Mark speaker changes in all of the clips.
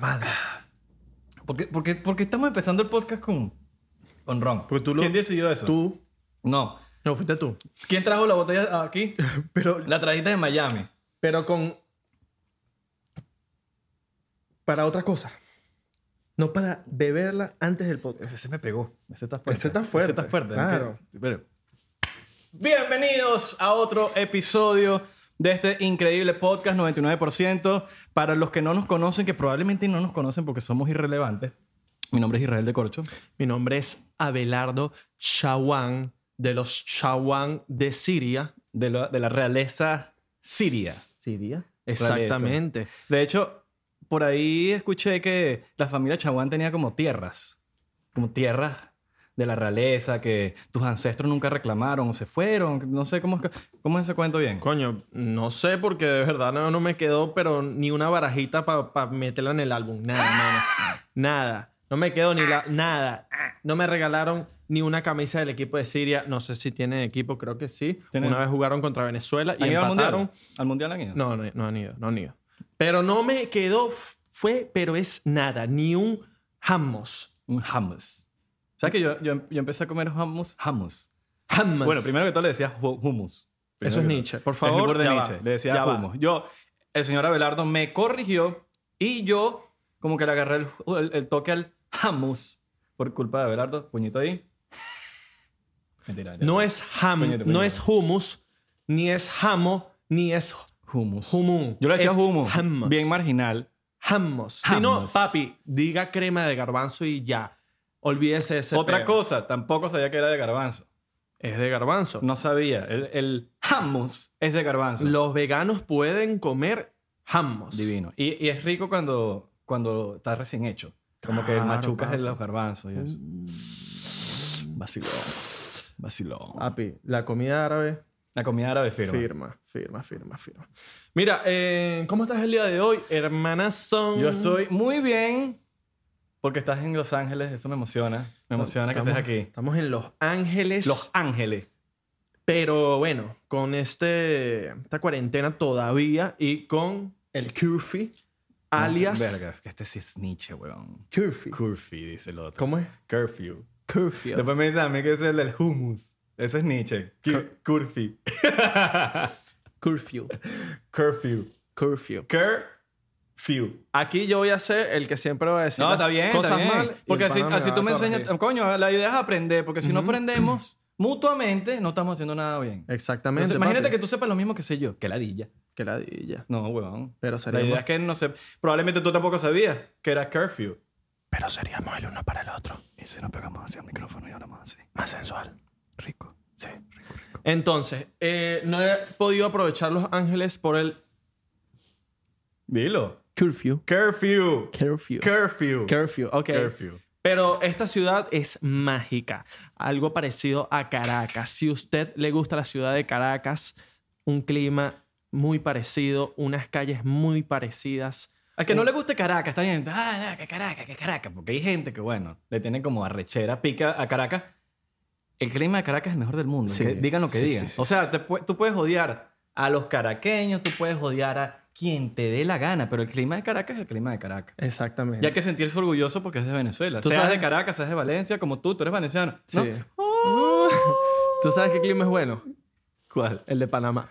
Speaker 1: madre.
Speaker 2: Ah,
Speaker 1: Porque, porque, porque estamos empezando el podcast con, con ron.
Speaker 3: Porque tú lo-
Speaker 1: ¿Quién decidió eso?
Speaker 3: Tú.
Speaker 1: No.
Speaker 3: No, fuiste tú.
Speaker 1: ¿Quién trajo la botella aquí?
Speaker 3: Pero,
Speaker 1: La trajiste de Miami.
Speaker 3: pero con. Para otra cosa. No para beberla antes del podcast.
Speaker 1: Ese me pegó. Ese está fuerte.
Speaker 3: Ese está fuerte,
Speaker 1: Ese está fuerte.
Speaker 3: claro.
Speaker 1: Pero- Bienvenidos a otro episodio de este increíble podcast 99%. Para los que no nos conocen, que probablemente no nos conocen porque somos irrelevantes. Mi nombre es Israel de Corcho.
Speaker 2: Mi nombre es Abelardo Chawan, de los Chawan de Siria.
Speaker 1: De la, de la realeza siria.
Speaker 2: ¿Siria? Exactamente.
Speaker 1: De hecho, por ahí escuché que la familia Chaguán tenía como tierras, como tierras de la realeza que tus ancestros nunca reclamaron o se fueron, que no sé cómo es, que- cómo es ese cuento bien.
Speaker 2: Coño, no sé porque de verdad no, no me quedó, pero ni una barajita para meterla en el álbum. Nada, mano. Nada. No me quedó ni la... Nada. No me regalaron ni una camisa del equipo de Siria. No sé si tienen equipo, creo que sí.
Speaker 1: Tienen.
Speaker 2: Una vez jugaron contra Venezuela y
Speaker 1: ¿Han ido al
Speaker 2: empataron.
Speaker 1: mundial? ¿Al mundial han ido?
Speaker 2: No, no, no han ido, no han ido. Pero no me quedó, f- fue, pero es nada, ni un hummus.
Speaker 1: Un hummus. ¿Sabes que yo, yo, yo empecé a comer hummus? Hummus.
Speaker 2: Hummus.
Speaker 1: Bueno, primero que todo le decía hu- hummus.
Speaker 2: Eso
Speaker 1: Primero
Speaker 2: es
Speaker 1: que todo.
Speaker 2: Nietzsche. Por
Speaker 1: el
Speaker 2: favor,
Speaker 1: humor de
Speaker 2: ya
Speaker 1: Nietzsche.
Speaker 2: va,
Speaker 1: Le decía
Speaker 2: ya va.
Speaker 1: hummus. Yo, el señor Abelardo me corrigió y yo como que le agarré el, el- el toque al hummus por culpa de Abelardo. Puñito ahí. Mentira, mentira.
Speaker 2: No es ham,
Speaker 1: Puñete, puñete.
Speaker 2: no es hummus, ni es hamo, ni es
Speaker 1: hummus.
Speaker 2: humum.
Speaker 1: Yo le decía
Speaker 2: Es
Speaker 1: hummus.
Speaker 2: hummus.
Speaker 1: Bien marginal.
Speaker 2: hummus. Si no,
Speaker 1: Hummus.
Speaker 2: papi, diga crema de garbanzo y ya. Olvídese ese
Speaker 1: Otra
Speaker 2: peo.
Speaker 1: cosa, tampoco sabía que era de garbanzo.
Speaker 2: Es de garbanzo.
Speaker 1: No sabía. El, el hummus es de garbanzo.
Speaker 2: Los veganos pueden comer hummus.
Speaker 1: Divino. Y, y es rico cuando, cuando está recién hecho. Como que
Speaker 2: Claro, Mm.
Speaker 1: machucas
Speaker 2: papi.
Speaker 1: en los garbanzos y eso. Vacilón. Vacilón.
Speaker 2: Papi, la comida árabe
Speaker 1: La comida árabe firma.
Speaker 2: Firma, firma, firma, firma. Mira, eh, ¿cómo estás el día de hoy, hermanas? Son...
Speaker 1: Yo estoy muy bien porque estás en Los Ángeles. Eso me emociona. Me emociona que estés aquí.
Speaker 2: Estamos en Los Ángeles.
Speaker 1: Los Ángeles.
Speaker 2: Pero bueno, con este, esta cuarentena todavía y con el curfew, alias...
Speaker 1: Verga, que este sí es Nietzsche, weón.
Speaker 2: Curfew.
Speaker 1: Curfew, dice el otro.
Speaker 2: ¿Cómo es?
Speaker 1: Curfew.
Speaker 2: Curfew.
Speaker 1: Después me dicen a mí que ese es el del hummus. Ese es Nietzsche. Cu- Curfew.
Speaker 2: Curfew.
Speaker 1: Curfew.
Speaker 2: Curfew.
Speaker 1: Curfew.
Speaker 2: Aquí yo voy a ser el que siempre va a decir
Speaker 1: No,
Speaker 2: las
Speaker 1: está bien,
Speaker 2: cosas
Speaker 1: está bien.
Speaker 2: mal. y
Speaker 1: Porque
Speaker 2: el
Speaker 1: así,
Speaker 2: pana me
Speaker 1: así
Speaker 2: va
Speaker 1: tú
Speaker 2: a
Speaker 1: me enseñas...
Speaker 2: corregir.
Speaker 1: Coño, la idea es aprender, porque si no aprendemos mutuamente, no estamos haciendo nada bien.
Speaker 2: Exactamente.
Speaker 1: Entonces, imagínate
Speaker 2: papi.
Speaker 1: que tú sepas lo mismo que sé yo. Que ladilla.
Speaker 2: Que ladilla.
Speaker 1: No, huevón.
Speaker 2: Pero
Speaker 1: La idea
Speaker 2: seríamos,
Speaker 1: es que no sé... Probablemente tú tampoco sabías que era curfew.
Speaker 2: pero seríamos el uno para el otro.
Speaker 1: Y si nos pegamos hacia el micrófono y hablamos así.
Speaker 2: Más sensual.
Speaker 1: Rico.
Speaker 2: Sí. Entonces, eh, no he podido aprovechar Los Ángeles por el
Speaker 1: Dilo.
Speaker 2: curfew.
Speaker 1: Curfew.
Speaker 2: Curfew.
Speaker 1: Curfew.
Speaker 2: Curfew, ok.
Speaker 1: Curfew.
Speaker 2: Pero esta ciudad es mágica. Algo parecido a Caracas. Si usted le gusta la ciudad de Caracas, un clima muy parecido, unas calles muy parecidas.
Speaker 1: Al que no le guste Caracas, está bien. Ah, no, que Caracas, que Caracas. Porque hay gente que, bueno, le tiene como arrechera, pica a Caracas. El clima de Caracas es el mejor del mundo.
Speaker 2: Sí,
Speaker 1: que digan lo que
Speaker 2: sí,
Speaker 1: digan.
Speaker 2: sí, sí,
Speaker 1: o sea, te pu- tú puedes odiar a los caraqueños, tú puedes odiar a quien te dé la gana, pero el clima de Caracas es el clima de Caracas. Y
Speaker 2: Exactamente.
Speaker 1: hay que sentirse orgulloso porque es de Venezuela.
Speaker 2: Tú
Speaker 1: seas
Speaker 2: sabes-
Speaker 1: de Caracas, seas de Valencia, como tú, tú eres valenciano. ¿no? ¡Ah!
Speaker 2: Sí. ¿Tú sabes qué clima es bueno?
Speaker 1: ¿Cuál?
Speaker 2: El de Panamá.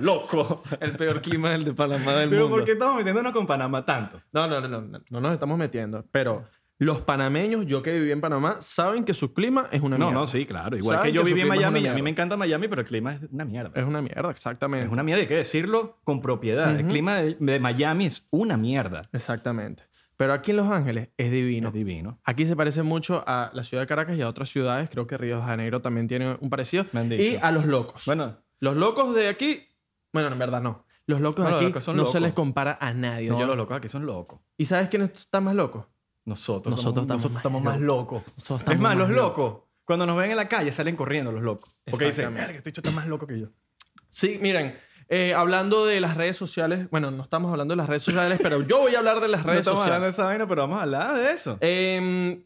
Speaker 1: ¡Loco!
Speaker 2: El peor clima es el de Panamá del
Speaker 1: Pero
Speaker 2: mundo.
Speaker 1: ¿por qué estamos metiéndonos con Panamá tanto?
Speaker 2: No, no, no, no, no, no nos estamos metiendo. Pero los panameños, yo que viví en Panamá, saben que su clima es una
Speaker 1: No,
Speaker 2: mierda.
Speaker 1: no, sí, claro. Igual
Speaker 2: Saben
Speaker 1: que yo
Speaker 2: que su
Speaker 1: viví en
Speaker 2: clima es una
Speaker 1: Miami, y a mí
Speaker 2: mierda.
Speaker 1: me encanta Miami, pero el clima es una mierda.
Speaker 2: Es una mierda, exactamente.
Speaker 1: Es una mierda, hay que decirlo con propiedad. El clima de, de Miami es una mierda.
Speaker 2: Exactamente. Pero aquí en Los Ángeles es divino.
Speaker 1: Es divino.
Speaker 2: Aquí se parece mucho a la ciudad de Caracas y a otras ciudades. Creo que Río de Janeiro también tiene un parecido.
Speaker 1: Me han dicho.
Speaker 2: Y a los locos.
Speaker 1: Bueno,
Speaker 2: los locos de aquí... Bueno, en verdad no. Los locos
Speaker 1: No,
Speaker 2: de
Speaker 1: los
Speaker 2: aquí
Speaker 1: locos son
Speaker 2: no
Speaker 1: locos.
Speaker 2: se les compara a nadie.
Speaker 1: no,
Speaker 2: Yo-
Speaker 1: los locos aquí son locos.
Speaker 2: ¿Y sabes quién está más loco?
Speaker 1: Nosotros,
Speaker 2: Nosotros
Speaker 1: somos-
Speaker 2: estamos más
Speaker 1: más locos.
Speaker 2: Nosotros
Speaker 1: es
Speaker 2: estamos
Speaker 1: más,
Speaker 2: más
Speaker 1: los locos, cuando nos ven en la calle, salen corriendo los locos. Porque dicen,
Speaker 2: Exactamente.
Speaker 1: "Verga, este bicho está más loco que yo.
Speaker 2: Sí, miren. eh, hablando de las redes sociales... Bueno, no estamos hablando de las redes sociales, pero yo voy a hablar de las
Speaker 1: No
Speaker 2: redes
Speaker 1: estamos hablando de
Speaker 2: sociales.
Speaker 1: esa vaina, pero vamos a hablar de eso.
Speaker 2: Em,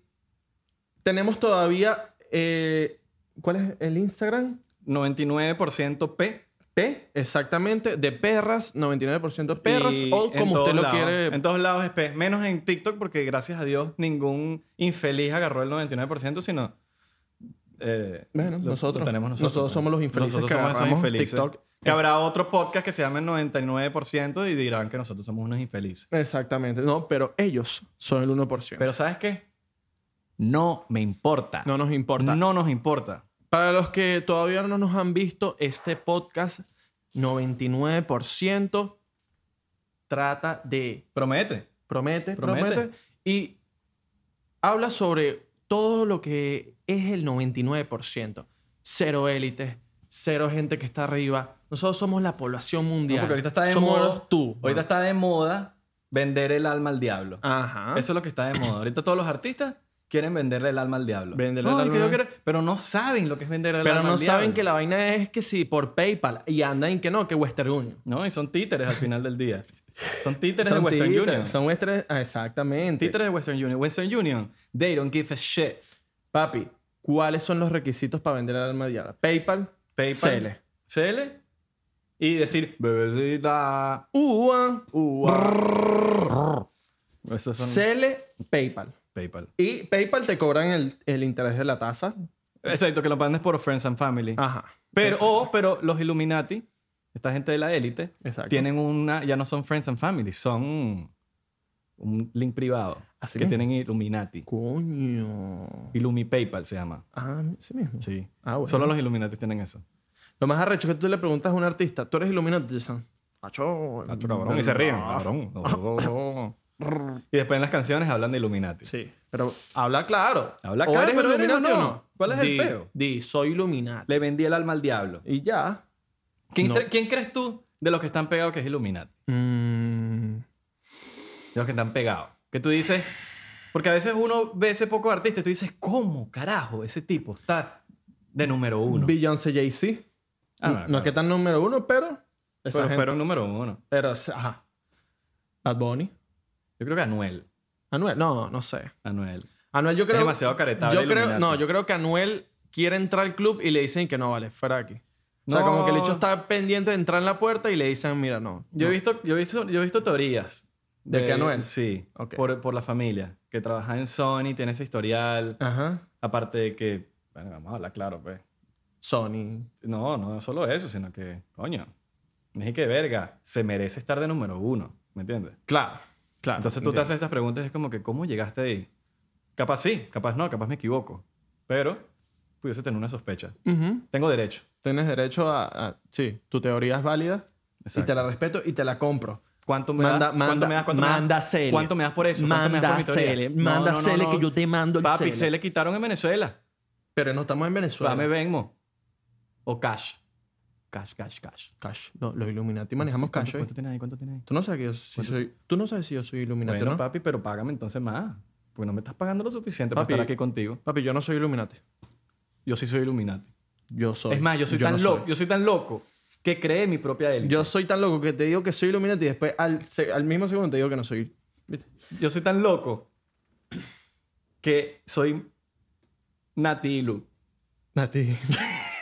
Speaker 2: tenemos todavía... eh, ¿Cuál es el Instagram?
Speaker 1: 99% P.
Speaker 3: P.
Speaker 2: Exactamente, de perras, 99% perras,
Speaker 1: Y
Speaker 2: o
Speaker 1: en
Speaker 2: como
Speaker 1: todos
Speaker 2: usted lo
Speaker 1: lados.
Speaker 2: quiere.
Speaker 1: En todos lados es P. Menos en TikTok, porque gracias a Dios ningún infeliz agarró el 99%, sino. eh,
Speaker 2: Bueno,
Speaker 1: lo-
Speaker 2: nosotros.
Speaker 1: lo tenemos nosotros. pues.
Speaker 2: Nosotros somos los infelices
Speaker 1: Nosotros
Speaker 2: que
Speaker 1: somos esos
Speaker 2: agarramos
Speaker 1: infelices.
Speaker 2: TikTok.
Speaker 1: Que habrá otro podcast que se llame el 99% y dirán que nosotros somos unos infelices.
Speaker 2: Exactamente, no, pero ellos son el 1%.
Speaker 1: Pero ¿sabes qué? No me importa.
Speaker 2: no nos importa.
Speaker 1: No nos importa.
Speaker 2: Para los que todavía no nos han visto, este podcast 99% trata de
Speaker 1: Promete.
Speaker 2: promete,
Speaker 1: Promete.
Speaker 2: promete, y habla sobre todo lo que es el 99%. Cero élites, cero gente que está arriba. Nosotros somos la población
Speaker 1: No,
Speaker 2: mundial.
Speaker 1: porque ahorita está de
Speaker 2: somos
Speaker 1: moda.
Speaker 2: tú.
Speaker 1: Ahorita está de moda vender el alma al diablo.
Speaker 2: Ajá.
Speaker 1: Eso es lo que está de moda. Ahorita todos los artistas quieren venderle el alma al diablo.
Speaker 2: Venderle
Speaker 1: No,
Speaker 2: el
Speaker 1: y que
Speaker 2: alma.
Speaker 1: yo quiero- Pero no saben lo que es vender el
Speaker 2: Pero
Speaker 1: alma
Speaker 2: no
Speaker 1: al
Speaker 2: saben
Speaker 1: diablo.
Speaker 2: que la vaina es que si por PayPal y andan en que no, que Western Union.
Speaker 1: No, y son títeres al final del día. Son títeres
Speaker 2: Son
Speaker 1: de Western
Speaker 2: títeres,
Speaker 1: Union.
Speaker 2: Son Western, ah, exactamente.
Speaker 1: Títeres de Western Union. Western Union, they don't give a shit.
Speaker 2: Papi, ¿cuáles son los requisitos para vender el alma diabla? PayPal,
Speaker 1: PayPal.
Speaker 2: Cele.
Speaker 1: Cele. Y decir, bebecita,
Speaker 2: UA,
Speaker 1: uva. Esos son
Speaker 2: Cele, PayPal.
Speaker 1: PayPal.
Speaker 2: Y PayPal te cobran el, el interés de la tasa.
Speaker 1: Exacto, que lo mandes por Friends and Family.
Speaker 2: Ajá.
Speaker 1: Pero, o, pero los Illuminati, esta gente de la élite,
Speaker 2: Exacto.
Speaker 1: tienen una, ya no son Friends and Family, son un link privado.
Speaker 2: Así
Speaker 1: que
Speaker 2: mismo.
Speaker 1: tienen Illuminati.
Speaker 2: Coño.
Speaker 1: Illumi PayPal se llama.
Speaker 2: Ah, sí mismo.
Speaker 1: Sí.
Speaker 2: Ah, bueno.
Speaker 1: Solo los Illuminati tienen eso.
Speaker 2: Lo más arrecho es que tú le preguntas a un artista, ¿tú eres Illuminati? Son, Acho.
Speaker 1: Y se ríen.
Speaker 2: Ah.
Speaker 1: Cabrón. y después en las canciones hablan de Illuminati.
Speaker 2: Sí. Pero habla claro.
Speaker 1: Habla claro, pero eres o
Speaker 2: Illuminati
Speaker 1: no. ¿Cuál es el
Speaker 2: Di-
Speaker 1: peo?
Speaker 2: Di, soy Illuminati.
Speaker 1: Le vendí el alma al diablo.
Speaker 2: Y ya.
Speaker 1: ¿Quién,
Speaker 2: No.
Speaker 1: cre- quién crees tú de los que están pegados que es Illuminati?
Speaker 2: Mm,
Speaker 1: De los que están pegados. Que tú dices... Porque a veces uno ve ese poco artista y tú dices, ¿cómo carajo ese tipo está de número uno?
Speaker 2: Beyoncé, Jay-Z.
Speaker 1: Ah,
Speaker 2: no
Speaker 1: claro.
Speaker 2: es que están número uno, pero... esa
Speaker 1: Pero
Speaker 2: gente-
Speaker 1: fueron número uno.
Speaker 2: Pero, o sea, ajá. Bad Bunny.
Speaker 1: Yo creo que Anuel.
Speaker 2: Anuel, no, no sé.
Speaker 1: Anuel.
Speaker 2: Anuel, yo creo.
Speaker 1: demasiado caretable
Speaker 2: Yo creo,
Speaker 1: Illuminati.
Speaker 2: no, yo creo que Anuel quiere entrar al club y le dicen que no, vale, fuera de aquí. O sea,
Speaker 1: No.
Speaker 2: como que el hecho está pendiente de entrar en la puerta y le dicen, mira, no.
Speaker 1: Yo, he
Speaker 2: no.
Speaker 1: visto, yo, he visto, yo he visto teorías.
Speaker 2: ¿De que Anuel?
Speaker 1: Sí.
Speaker 2: Ok.
Speaker 1: Por, por la familia. Que trabajaba en Sony, tiene ese historial.
Speaker 2: Ajá.
Speaker 1: Aparte de que... Bueno, vamos a hablar claro, pues.
Speaker 2: Sony.
Speaker 1: No, no solo eso, sino que... Coño. Dije que verga. Se merece estar de número uno. ¿Me entiendes?
Speaker 2: Claro, claro.
Speaker 1: Entonces tú te haces estas preguntas y es como que... ¿Cómo llegaste ahí? Capaz sí. Capaz no. Capaz me equivoco. Pero... Pudiese tener una sospecha.
Speaker 2: Ujú.
Speaker 1: Tengo derecho.
Speaker 2: Tienes derecho a, a- Sí, tu teoría es válida y
Speaker 1: Exacto.
Speaker 2: te la respeto y te la compro.
Speaker 1: ¿Cuánto me
Speaker 2: Manda-
Speaker 1: das? ¿Cuánto
Speaker 2: manda-
Speaker 1: me das? ¿Cuánto me
Speaker 2: manda
Speaker 1: das?
Speaker 2: Cele.
Speaker 1: ¿Cuánto me das por eso? ¿Cuánto me das por
Speaker 2: Manda
Speaker 1: mi teoría?
Speaker 2: Cele. Manda Cele que yo te mando el
Speaker 1: Papi,
Speaker 2: Cele.
Speaker 1: Cele quitaron en Venezuela.
Speaker 2: Pero no estamos en Venezuela.
Speaker 1: Dame Venmo. O cash. Cash, cash, cash.
Speaker 2: Cash. No, los Illuminati manejamos cash.
Speaker 1: ¿Cuánto,
Speaker 2: ¿eh?
Speaker 1: cuánto tienes ahí? ¿Cuánto tienes ahí?
Speaker 2: Tú no sabes que yo si soy. Tú no sabes si yo soy Illuminati
Speaker 1: Bueno,
Speaker 2: o no.
Speaker 1: papi, pero págame entonces más. Porque no me estás pagando lo suficiente
Speaker 2: Papi.
Speaker 1: para estar aquí contigo.
Speaker 2: Papi, yo no soy Illuminati.
Speaker 1: Yo sí soy Illuminati.
Speaker 2: Yo soy.
Speaker 1: Es más, yo soy tan
Speaker 2: no
Speaker 1: loco. Yo soy tan loco que creé mi propia élite.
Speaker 2: Yo soy tan loco que te digo que soy Illuminati y después al, se- al mismo segundo te digo que no soy. ¿Viste?
Speaker 1: Yo soy tan loco que soy Natilu.
Speaker 2: Nati.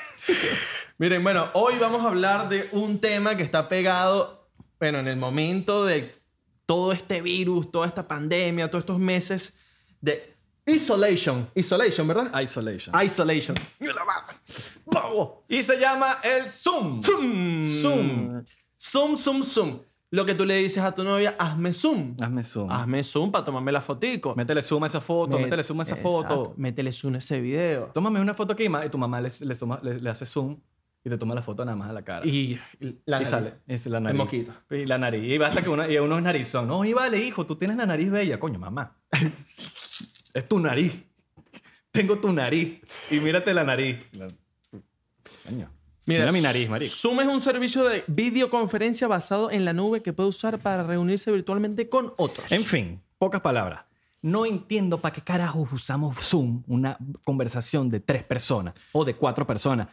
Speaker 2: Miren, bueno, hoy vamos a hablar de un tema que está pegado, bueno, en el momento de todo este virus, toda esta pandemia, todos estos meses de isolation. Isolation, ¿verdad?
Speaker 1: Isolation.
Speaker 2: Ah. Isolation. ¡Vamos!
Speaker 1: Y se llama el Zoom.
Speaker 2: Zoom.
Speaker 1: Zoom.
Speaker 2: Zoom, zoom, zoom. Lo que tú le dices a tu novia, hazme zoom.
Speaker 1: Hazme Zoom.
Speaker 2: Hazme zoom para tomarme la fotico.
Speaker 1: Métele zoom a esa foto, métele zoom a esa
Speaker 2: Exacto.
Speaker 1: foto.
Speaker 2: Métele zoom a ese video.
Speaker 1: Tómame una foto aquí ma, y tu mamá les- les toma- le, le hace zoom y te toma la foto nada más a la cara.
Speaker 2: Y, y la
Speaker 1: Y
Speaker 2: nariz.
Speaker 1: sale. Es la nariz.
Speaker 2: moquito.
Speaker 1: Y la nariz. Y basta que uno, y uno es narizón. No, y vale, hijo, tú tienes la nariz bella. Coño, mamá. es tu nariz. Tengo tu nariz. Y mírate la nariz. La- Coño. Mira, mi nariz, marico.
Speaker 2: Zoom es un servicio de videoconferencia basado en la nube que puede usar para reunirse virtualmente con otros.
Speaker 1: En fin, pocas palabras. No entiendo para qué carajos usamos Zoom, una conversación de tres personas o de cuatro personas.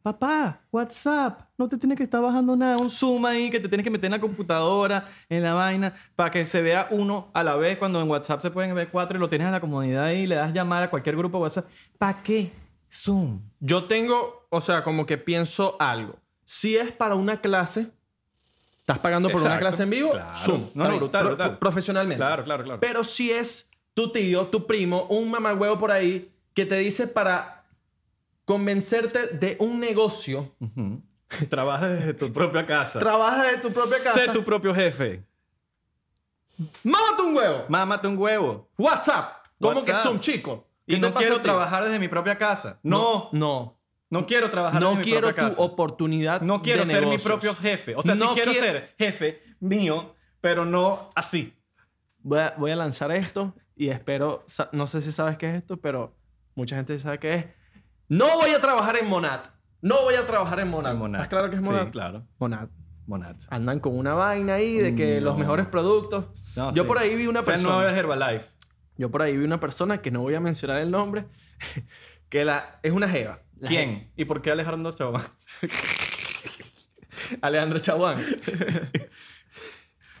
Speaker 1: Papá, WhatsApp, no te tienes que estar bajando nada, un Zoom ahí que te tienes que meter en la computadora, en la vaina, para que se vea uno a la vez cuando en WhatsApp se pueden ver cuatro y lo tienes en la comodidad ahí y le das llamar a cualquier grupo de WhatsApp. ¿Para qué Zoom?
Speaker 2: Yo tengo, o sea, como que pienso algo. Si es para una clase, estás pagando por una
Speaker 1: Exacto,
Speaker 2: clase en vivo,
Speaker 1: claro.
Speaker 2: Zoom.
Speaker 1: No,
Speaker 2: está
Speaker 1: no,
Speaker 2: bien,
Speaker 1: brutal, brutal.
Speaker 2: Profesionalmente.
Speaker 1: Claro, claro, claro.
Speaker 2: Pero si es tu tío, tu primo, un mamagüevo por ahí que te dice para convencerte de un negocio,
Speaker 1: Ujú. Trabaja desde tu propia casa.
Speaker 2: trabaja de tu propia
Speaker 1: Sé
Speaker 2: casa,
Speaker 1: tu propio jefe.
Speaker 2: mámate un huevo.
Speaker 1: Mámate un huevo.
Speaker 2: WhatsApp. ¿Cómo que
Speaker 1: WhatsApp.
Speaker 2: Zoom, chico? ¿Qué
Speaker 1: Y
Speaker 2: te
Speaker 1: no
Speaker 2: pasa a
Speaker 1: quiero
Speaker 2: ti?
Speaker 1: trabajar desde mi propia casa. No, no,
Speaker 2: No.
Speaker 1: quiero trabajar
Speaker 2: No
Speaker 1: desde mi
Speaker 2: quiero
Speaker 1: propia
Speaker 2: tu
Speaker 1: casa.
Speaker 2: oportunidad.
Speaker 1: No quiero
Speaker 2: de
Speaker 1: ser mi
Speaker 2: negocios.
Speaker 1: propio jefe. O sea,
Speaker 2: No
Speaker 1: sí quiero
Speaker 2: quie-
Speaker 1: ser jefe mío, pero no así.
Speaker 2: Voy a, voy a lanzar esto y espero. sa- No sé si sabes qué es esto, pero mucha gente sabe qué es. No voy a trabajar en Monat. No voy a trabajar en Monat.
Speaker 1: En Monat.
Speaker 2: ¿Estás claro que es
Speaker 1: Sí,
Speaker 2: Monat?
Speaker 1: Ah, claro.
Speaker 2: Monat.
Speaker 1: Monat.
Speaker 2: Andan con una vaina ahí de que los
Speaker 1: Mm, No.
Speaker 2: mejores productos.
Speaker 1: No,
Speaker 2: Yo
Speaker 1: sí.
Speaker 2: por ahí vi una
Speaker 1: O sea,
Speaker 2: persona.
Speaker 1: no es Herbalife.
Speaker 2: Yo por ahí vi una persona que no voy a mencionar el nombre. Que la, es una jeva. La
Speaker 1: ¿Quién? ¿Y por qué Alejandro Chabón?
Speaker 2: Alejandro Chaguán.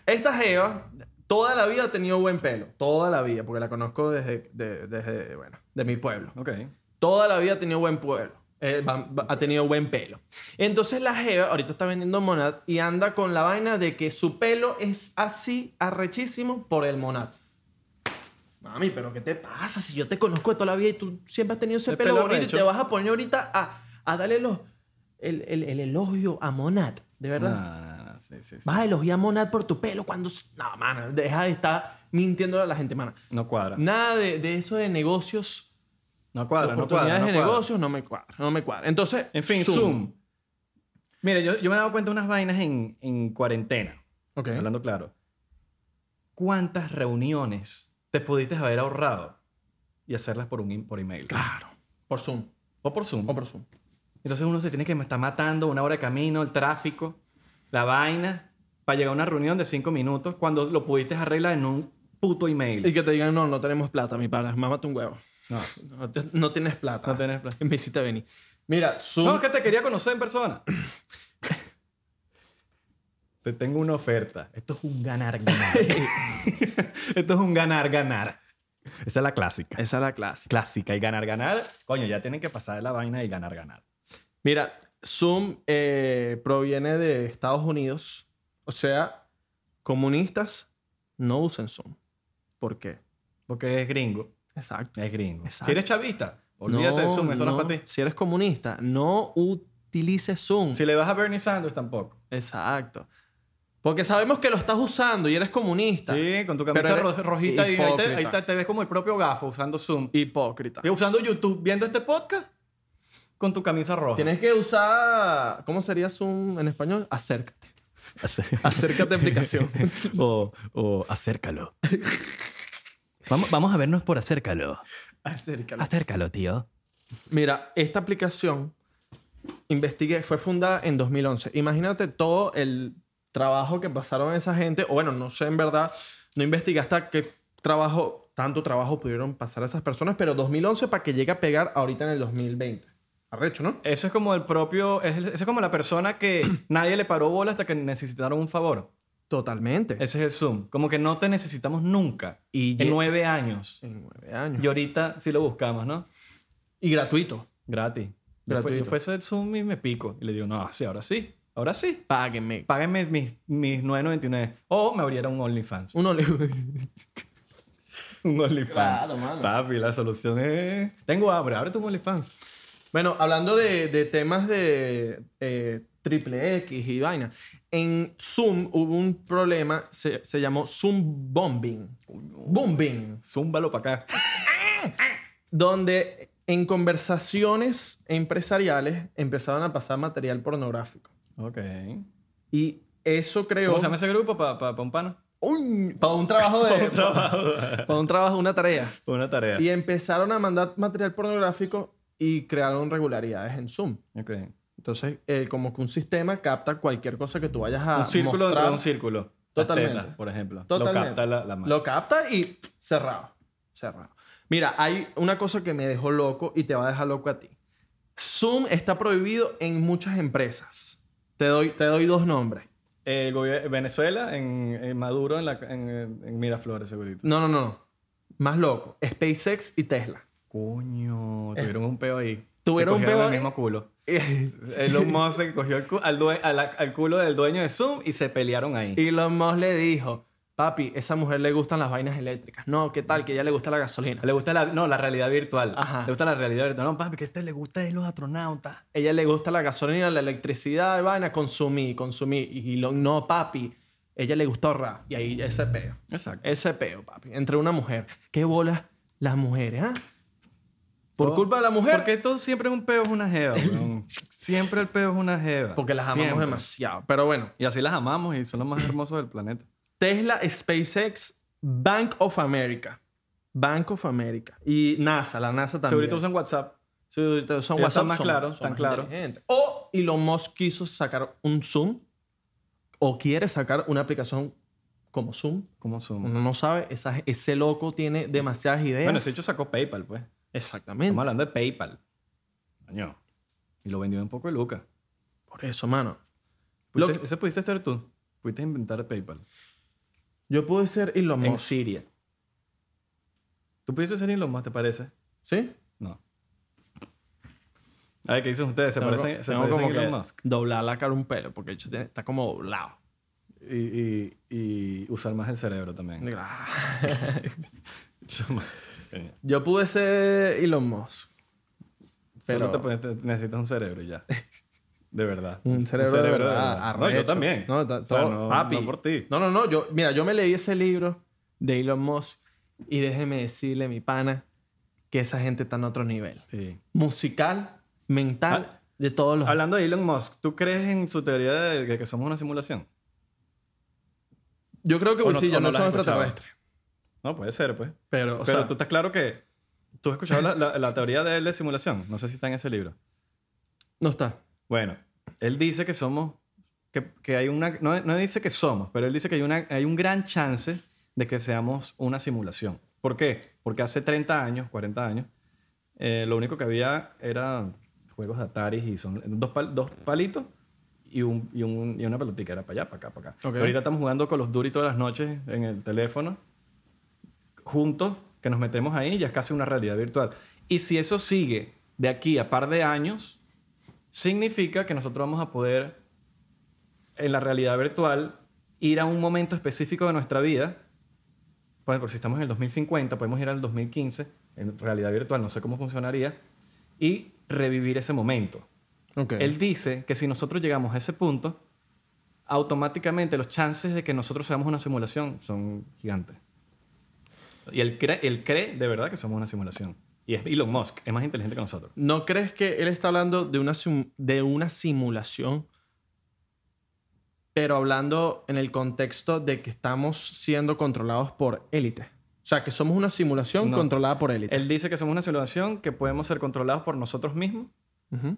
Speaker 2: Esta Jeva toda la vida ha tenido buen pelo. Toda la vida, porque la conozco desde, de- desde bueno, de mi pueblo.
Speaker 1: Ok.
Speaker 2: Toda la vida ha tenido buen pueblo. eh, va- va- ha tenido buen pelo. Entonces la Jeva ahorita está vendiendo Monad y anda con la vaina de que su pelo es así arrechísimo por el Monad. Mami, pero ¿qué te pasa? Si yo te conozco de toda la vida y tú siempre has tenido ese
Speaker 1: El
Speaker 2: pelo,
Speaker 1: pelo
Speaker 2: bonito y
Speaker 1: arrecho.
Speaker 2: te vas a poner ahorita a, a darle los, el, el- el elogio a Monad, de verdad.
Speaker 1: Ah, sí, sí, sí.
Speaker 2: Vas a elogiar a Monad por tu pelo cuando... s- No, mano, deja de estar mintiendo a la gente, mana.
Speaker 1: No cuadra.
Speaker 2: Nada de, de eso de negocios,
Speaker 1: No cuadra, no cuadra.
Speaker 2: oportunidades
Speaker 1: no
Speaker 2: de
Speaker 1: cuadra.
Speaker 2: negocios, no me cuadra, no me cuadra. Entonces,
Speaker 1: En fin, Zoom. Mire, yo, yo me he dado cuenta de unas vainas en, en cuarentena.
Speaker 2: Ok.
Speaker 1: Hablando claro. ¿Cuántas reuniones te pudiste haber ahorrado y hacerlas por, un, im- por email?
Speaker 2: Claro, por Zoom,
Speaker 1: O por Zoom.
Speaker 2: o por Zoom.
Speaker 1: Entonces uno se tiene que estar matando una hora de camino, el tráfico, la vaina, para llegar a una reunión de cinco minutos cuando lo pudiste arreglar en un puto email.
Speaker 2: Y que te digan, no, no tenemos plata, mi pana, mámate un huevo.
Speaker 1: No.
Speaker 2: No, te- no tienes plata.
Speaker 1: No tienes plata.
Speaker 2: Me hiciste venir. Mira, Ah. Zoom...
Speaker 1: No, es que te quería conocer en persona. te tengo una oferta. Esto es un ganar-ganar. Esto es un ganar-ganar. Esa es la clásica.
Speaker 2: Esa es la clase.
Speaker 1: Clásica. Y ganar-ganar, coño, ya tienen que pasar de la vaina y ganar-ganar.
Speaker 2: Mira, Zoom eh, proviene de Estados Unidos. O sea, comunistas no usen Zoom. ¿Por qué?
Speaker 1: Porque es gringo.
Speaker 2: Exacto.
Speaker 1: Es gringo.
Speaker 2: Exacto.
Speaker 1: Si eres chavista, olvídate de Zoom. Eso no, es para ti.
Speaker 2: Si eres comunista, no utilices Zoom.
Speaker 1: Si le vas a Bernie Sanders, tampoco.
Speaker 2: Exacto. Porque sabemos que lo estás usando y eres comunista.
Speaker 1: Sí, con tu
Speaker 2: camisa
Speaker 1: camisa
Speaker 2: ro- rojita
Speaker 1: rojita
Speaker 2: y ahí
Speaker 1: y
Speaker 2: te-
Speaker 1: ahí,
Speaker 2: ahí
Speaker 1: te,
Speaker 2: te-
Speaker 1: ves como el propio gafo usando Zoom.
Speaker 2: Hipócrita.
Speaker 1: Y usando YouTube, viendo este podcast con tu camisa roja.
Speaker 2: Tienes que usar. ¿Cómo sería Zoom en español? Acércate. Acércate a aplicación.
Speaker 1: o, o acércalo. Vamos, vamos a vernos por acércalo.
Speaker 2: Acércate.
Speaker 1: Acércalo, tío.
Speaker 2: Mira, esta aplicación, investigué, fue fundada en 2011. Imagínate todo el trabajo que pasaron esa gente, o bueno, no sé en verdad, no investigué hasta qué trabajo, tanto trabajo pudieron pasar esas personas, pero 2011 para que llegue a pegar ahorita en el 2020. Arrecho, ¿no?
Speaker 1: Eso es como el propio. es- Eso es como la persona que nadie le paró bola hasta que necesitaron un favor.
Speaker 2: Totalmente.
Speaker 1: Ese es el Zoom. Como que no te necesitamos nunca.
Speaker 2: Y
Speaker 1: en
Speaker 2: ye-
Speaker 1: nueve años.
Speaker 2: En nueve años.
Speaker 1: Y ahorita sí lo buscamos, ¿no?
Speaker 2: y gratuito.
Speaker 1: Gratis.
Speaker 2: Gratuito.
Speaker 1: Después, yo fui a hacer Zoom y me pico. Y le digo, no, sí, ahora sí. Ahora sí.
Speaker 2: Páguenme.
Speaker 1: Páguenme mis, mis 9.99. O me abrieron un OnlyFans.
Speaker 2: Uno le...
Speaker 1: Un OnlyFans.
Speaker 2: Claro, mano.
Speaker 1: Papi, la solución es... Tengo hambre. Abre tu OnlyFans.
Speaker 2: Bueno, hablando de, de temas de eh, triple X y vaina, en Zoom hubo un problema, se, se llamó Zoom Bombing. Bombing.
Speaker 1: Zúmbalo para acá.
Speaker 2: Donde en conversaciones empresariales empezaron a pasar material pornográfico.
Speaker 1: Ok.
Speaker 2: Y eso creó...
Speaker 1: ¿Cómo se llama ese grupo? ¿Para pa, pa un pana?
Speaker 2: ¡Uy! Para un trabajo de... para un trabajo. Para un trabajo, una tarea.
Speaker 1: Una tarea.
Speaker 2: Y empezaron a mandar material pornográfico y crearon regularidades en Zoom.
Speaker 1: Ok.
Speaker 2: Entonces, eh, como que un sistema capta cualquier cosa que tú vayas a
Speaker 1: un círculo
Speaker 2: Ah, mostrar.
Speaker 1: dentro de un círculo. Las
Speaker 2: Totalmente.
Speaker 1: tetas, por ejemplo.
Speaker 2: Totalmente.
Speaker 1: Lo capta la, la mano.
Speaker 2: Lo capta y pff, cerrado. Cerrado. Mira, hay una cosa que me dejó loco y te va a dejar loco a ti. Zoom está prohibido en muchas empresas. Te doy, te doy dos nombres.
Speaker 1: El gobier- Venezuela en, en Maduro en, la, en, en Miraflores, segurito.
Speaker 2: No, no, no. no. Más loco. SpaceX y Tesla.
Speaker 1: Coño, tuvieron un peo ahí.
Speaker 2: Eh. Tuvieron un
Speaker 1: se cogieron
Speaker 2: peo.
Speaker 1: el mismo culo. Elon Musk se cogió el cu- al, due- a la- al culo del dueño de Zoom y se pelearon ahí.
Speaker 2: Y Elon Musk le dijo, papi, esa mujer le gustan las vainas eléctricas. No, ¿qué tal? Que ya le gusta la gasolina.
Speaker 1: Le gusta la, no, la realidad virtual.
Speaker 2: Ajá.
Speaker 1: Le gusta la realidad virtual. No, papi, que a este le gusta de los astronautas.
Speaker 2: Ella le gusta la gasolina, la electricidad, vaina, consumí, consumí. Y Elon, no, papi, ella le gusta ahorrar. Y ahí ese peo.
Speaker 1: Exacto.
Speaker 2: Ese peo, papi. Entre una mujer. ¿Qué bolas las mujeres, ah? Por
Speaker 1: Todo-
Speaker 2: culpa de la mujer.
Speaker 1: Porque todo siempre un peo es una jeva, weón. Siempre el peo es una jeva.
Speaker 2: Porque las amamos
Speaker 1: Siempre.
Speaker 2: demasiado. Pero bueno,
Speaker 1: Y así las amamos y son los más hermosos del planeta.
Speaker 2: Tesla, SpaceX, Bank of America. Bank of America. Y NASA, la NASA también.
Speaker 1: Segurito usan WhatsApp.
Speaker 2: Sí, ahorita son
Speaker 1: Ellos
Speaker 2: WhatsApp.
Speaker 1: son más claros,
Speaker 2: son
Speaker 1: están
Speaker 2: más
Speaker 1: claros.
Speaker 2: inteligentes. O Elon Musk quiso sacar un Zoom o quiere sacar una aplicación como Zoom.
Speaker 1: ¿Cómo son?
Speaker 2: Uno no sabe, esa- ese loco tiene demasiadas ideas.
Speaker 1: Bueno, ese hecho sacó PayPal, pues. Estamos
Speaker 2: Exactamente.
Speaker 1: hablando de PayPal. Coño. Y lo vendió un poco de Luca.
Speaker 2: Por eso, mano. Lo
Speaker 1: Pudiste- Ese pudiste ser tú. Pudiste inventar PayPal.
Speaker 2: Yo pude ser Elon
Speaker 1: En
Speaker 2: Musk.
Speaker 1: Siria. ¿Tú pudiste ser Elon Musk, te parece?
Speaker 2: ¿Sí?
Speaker 1: No. A ver, ¿qué dicen ustedes? ¿Se
Speaker 2: Tengo-
Speaker 1: parecen, se
Speaker 2: tengo
Speaker 1: parecen
Speaker 2: como
Speaker 1: a Elon
Speaker 2: que
Speaker 1: Musk?
Speaker 2: Doblar la cara un pelo, porque el hecho tiene- está como doblado.
Speaker 1: Y, y- y usar más el cerebro también.
Speaker 2: Yo pude ser Elon Musk.
Speaker 1: Pero
Speaker 2: Pero-
Speaker 1: te, puedes- te- necesitas un cerebro y ya. De verdad.
Speaker 2: Un cerebro, de verdad,
Speaker 1: No, yo
Speaker 2: arrecho.
Speaker 1: también.
Speaker 2: No, ta-
Speaker 1: O sea,
Speaker 2: todo-
Speaker 1: no-
Speaker 2: papi.
Speaker 1: no por ti.
Speaker 2: No, no, no. Yo, mira, yo me leí ese libro de Elon Musk y déjeme decirle, mi pana, que esa gente está en otro nivel.
Speaker 1: Sí.
Speaker 2: Musical, mental,
Speaker 1: Ah,
Speaker 2: de todos los...
Speaker 1: Hablando de Elon Musk, ¿tú crees en su teoría de de que somos una simulación?
Speaker 2: Yo creo que
Speaker 1: o no-
Speaker 2: Bolsillo
Speaker 1: o no
Speaker 2: no,
Speaker 1: la
Speaker 2: son
Speaker 1: has escuchado.
Speaker 2: extraterrestres.
Speaker 1: No, puede ser, pues.
Speaker 2: Pero, o
Speaker 1: Pero
Speaker 2: sea,
Speaker 1: tú estás claro que... ¿Tú has escuchado la, la- la teoría de él de simulación? No sé si está en ese libro.
Speaker 2: no está.
Speaker 1: Bueno, él dice que somos, que, que hay una, no, no dice que somos, pero él dice que hay, una, hay un gran chance de que seamos una simulación. ¿Por qué? Porque hace 30 años, 40 años, eh, lo único que había era juegos de Atari y son dos, pal- dos palitos y, un, y, un- y una pelotica, era para allá, para acá, para acá.
Speaker 2: Ok.
Speaker 1: Ahorita estamos jugando con los Duty todas las noches en el teléfono, juntos, que nos metemos ahí, ya es casi una realidad virtual. Y si eso sigue de aquí a par de años, significa que nosotros vamos a poder, en la realidad virtual, ir a un momento específico de nuestra vida. Por ejemplo, si estamos en el 2050, podemos ir al 2015, en realidad virtual, no sé cómo funcionaría, y revivir ese momento.
Speaker 2: Ok.
Speaker 1: Él dice que si nosotros llegamos a ese punto, automáticamente los chances de que nosotros seamos una simulación son gigantes. Y él cree, él cree de verdad que somos una simulación. Y es Elon Musk, es más inteligente que nosotros.
Speaker 2: ¿No crees que él está hablando de una, sim- de una simulación, pero hablando en el contexto de que estamos siendo controlados por élite? O sea, que somos una simulación
Speaker 1: No.
Speaker 2: controlada por élite.
Speaker 1: Él dice que somos una simulación que podemos ser controlados por nosotros mismos
Speaker 2: Ujú.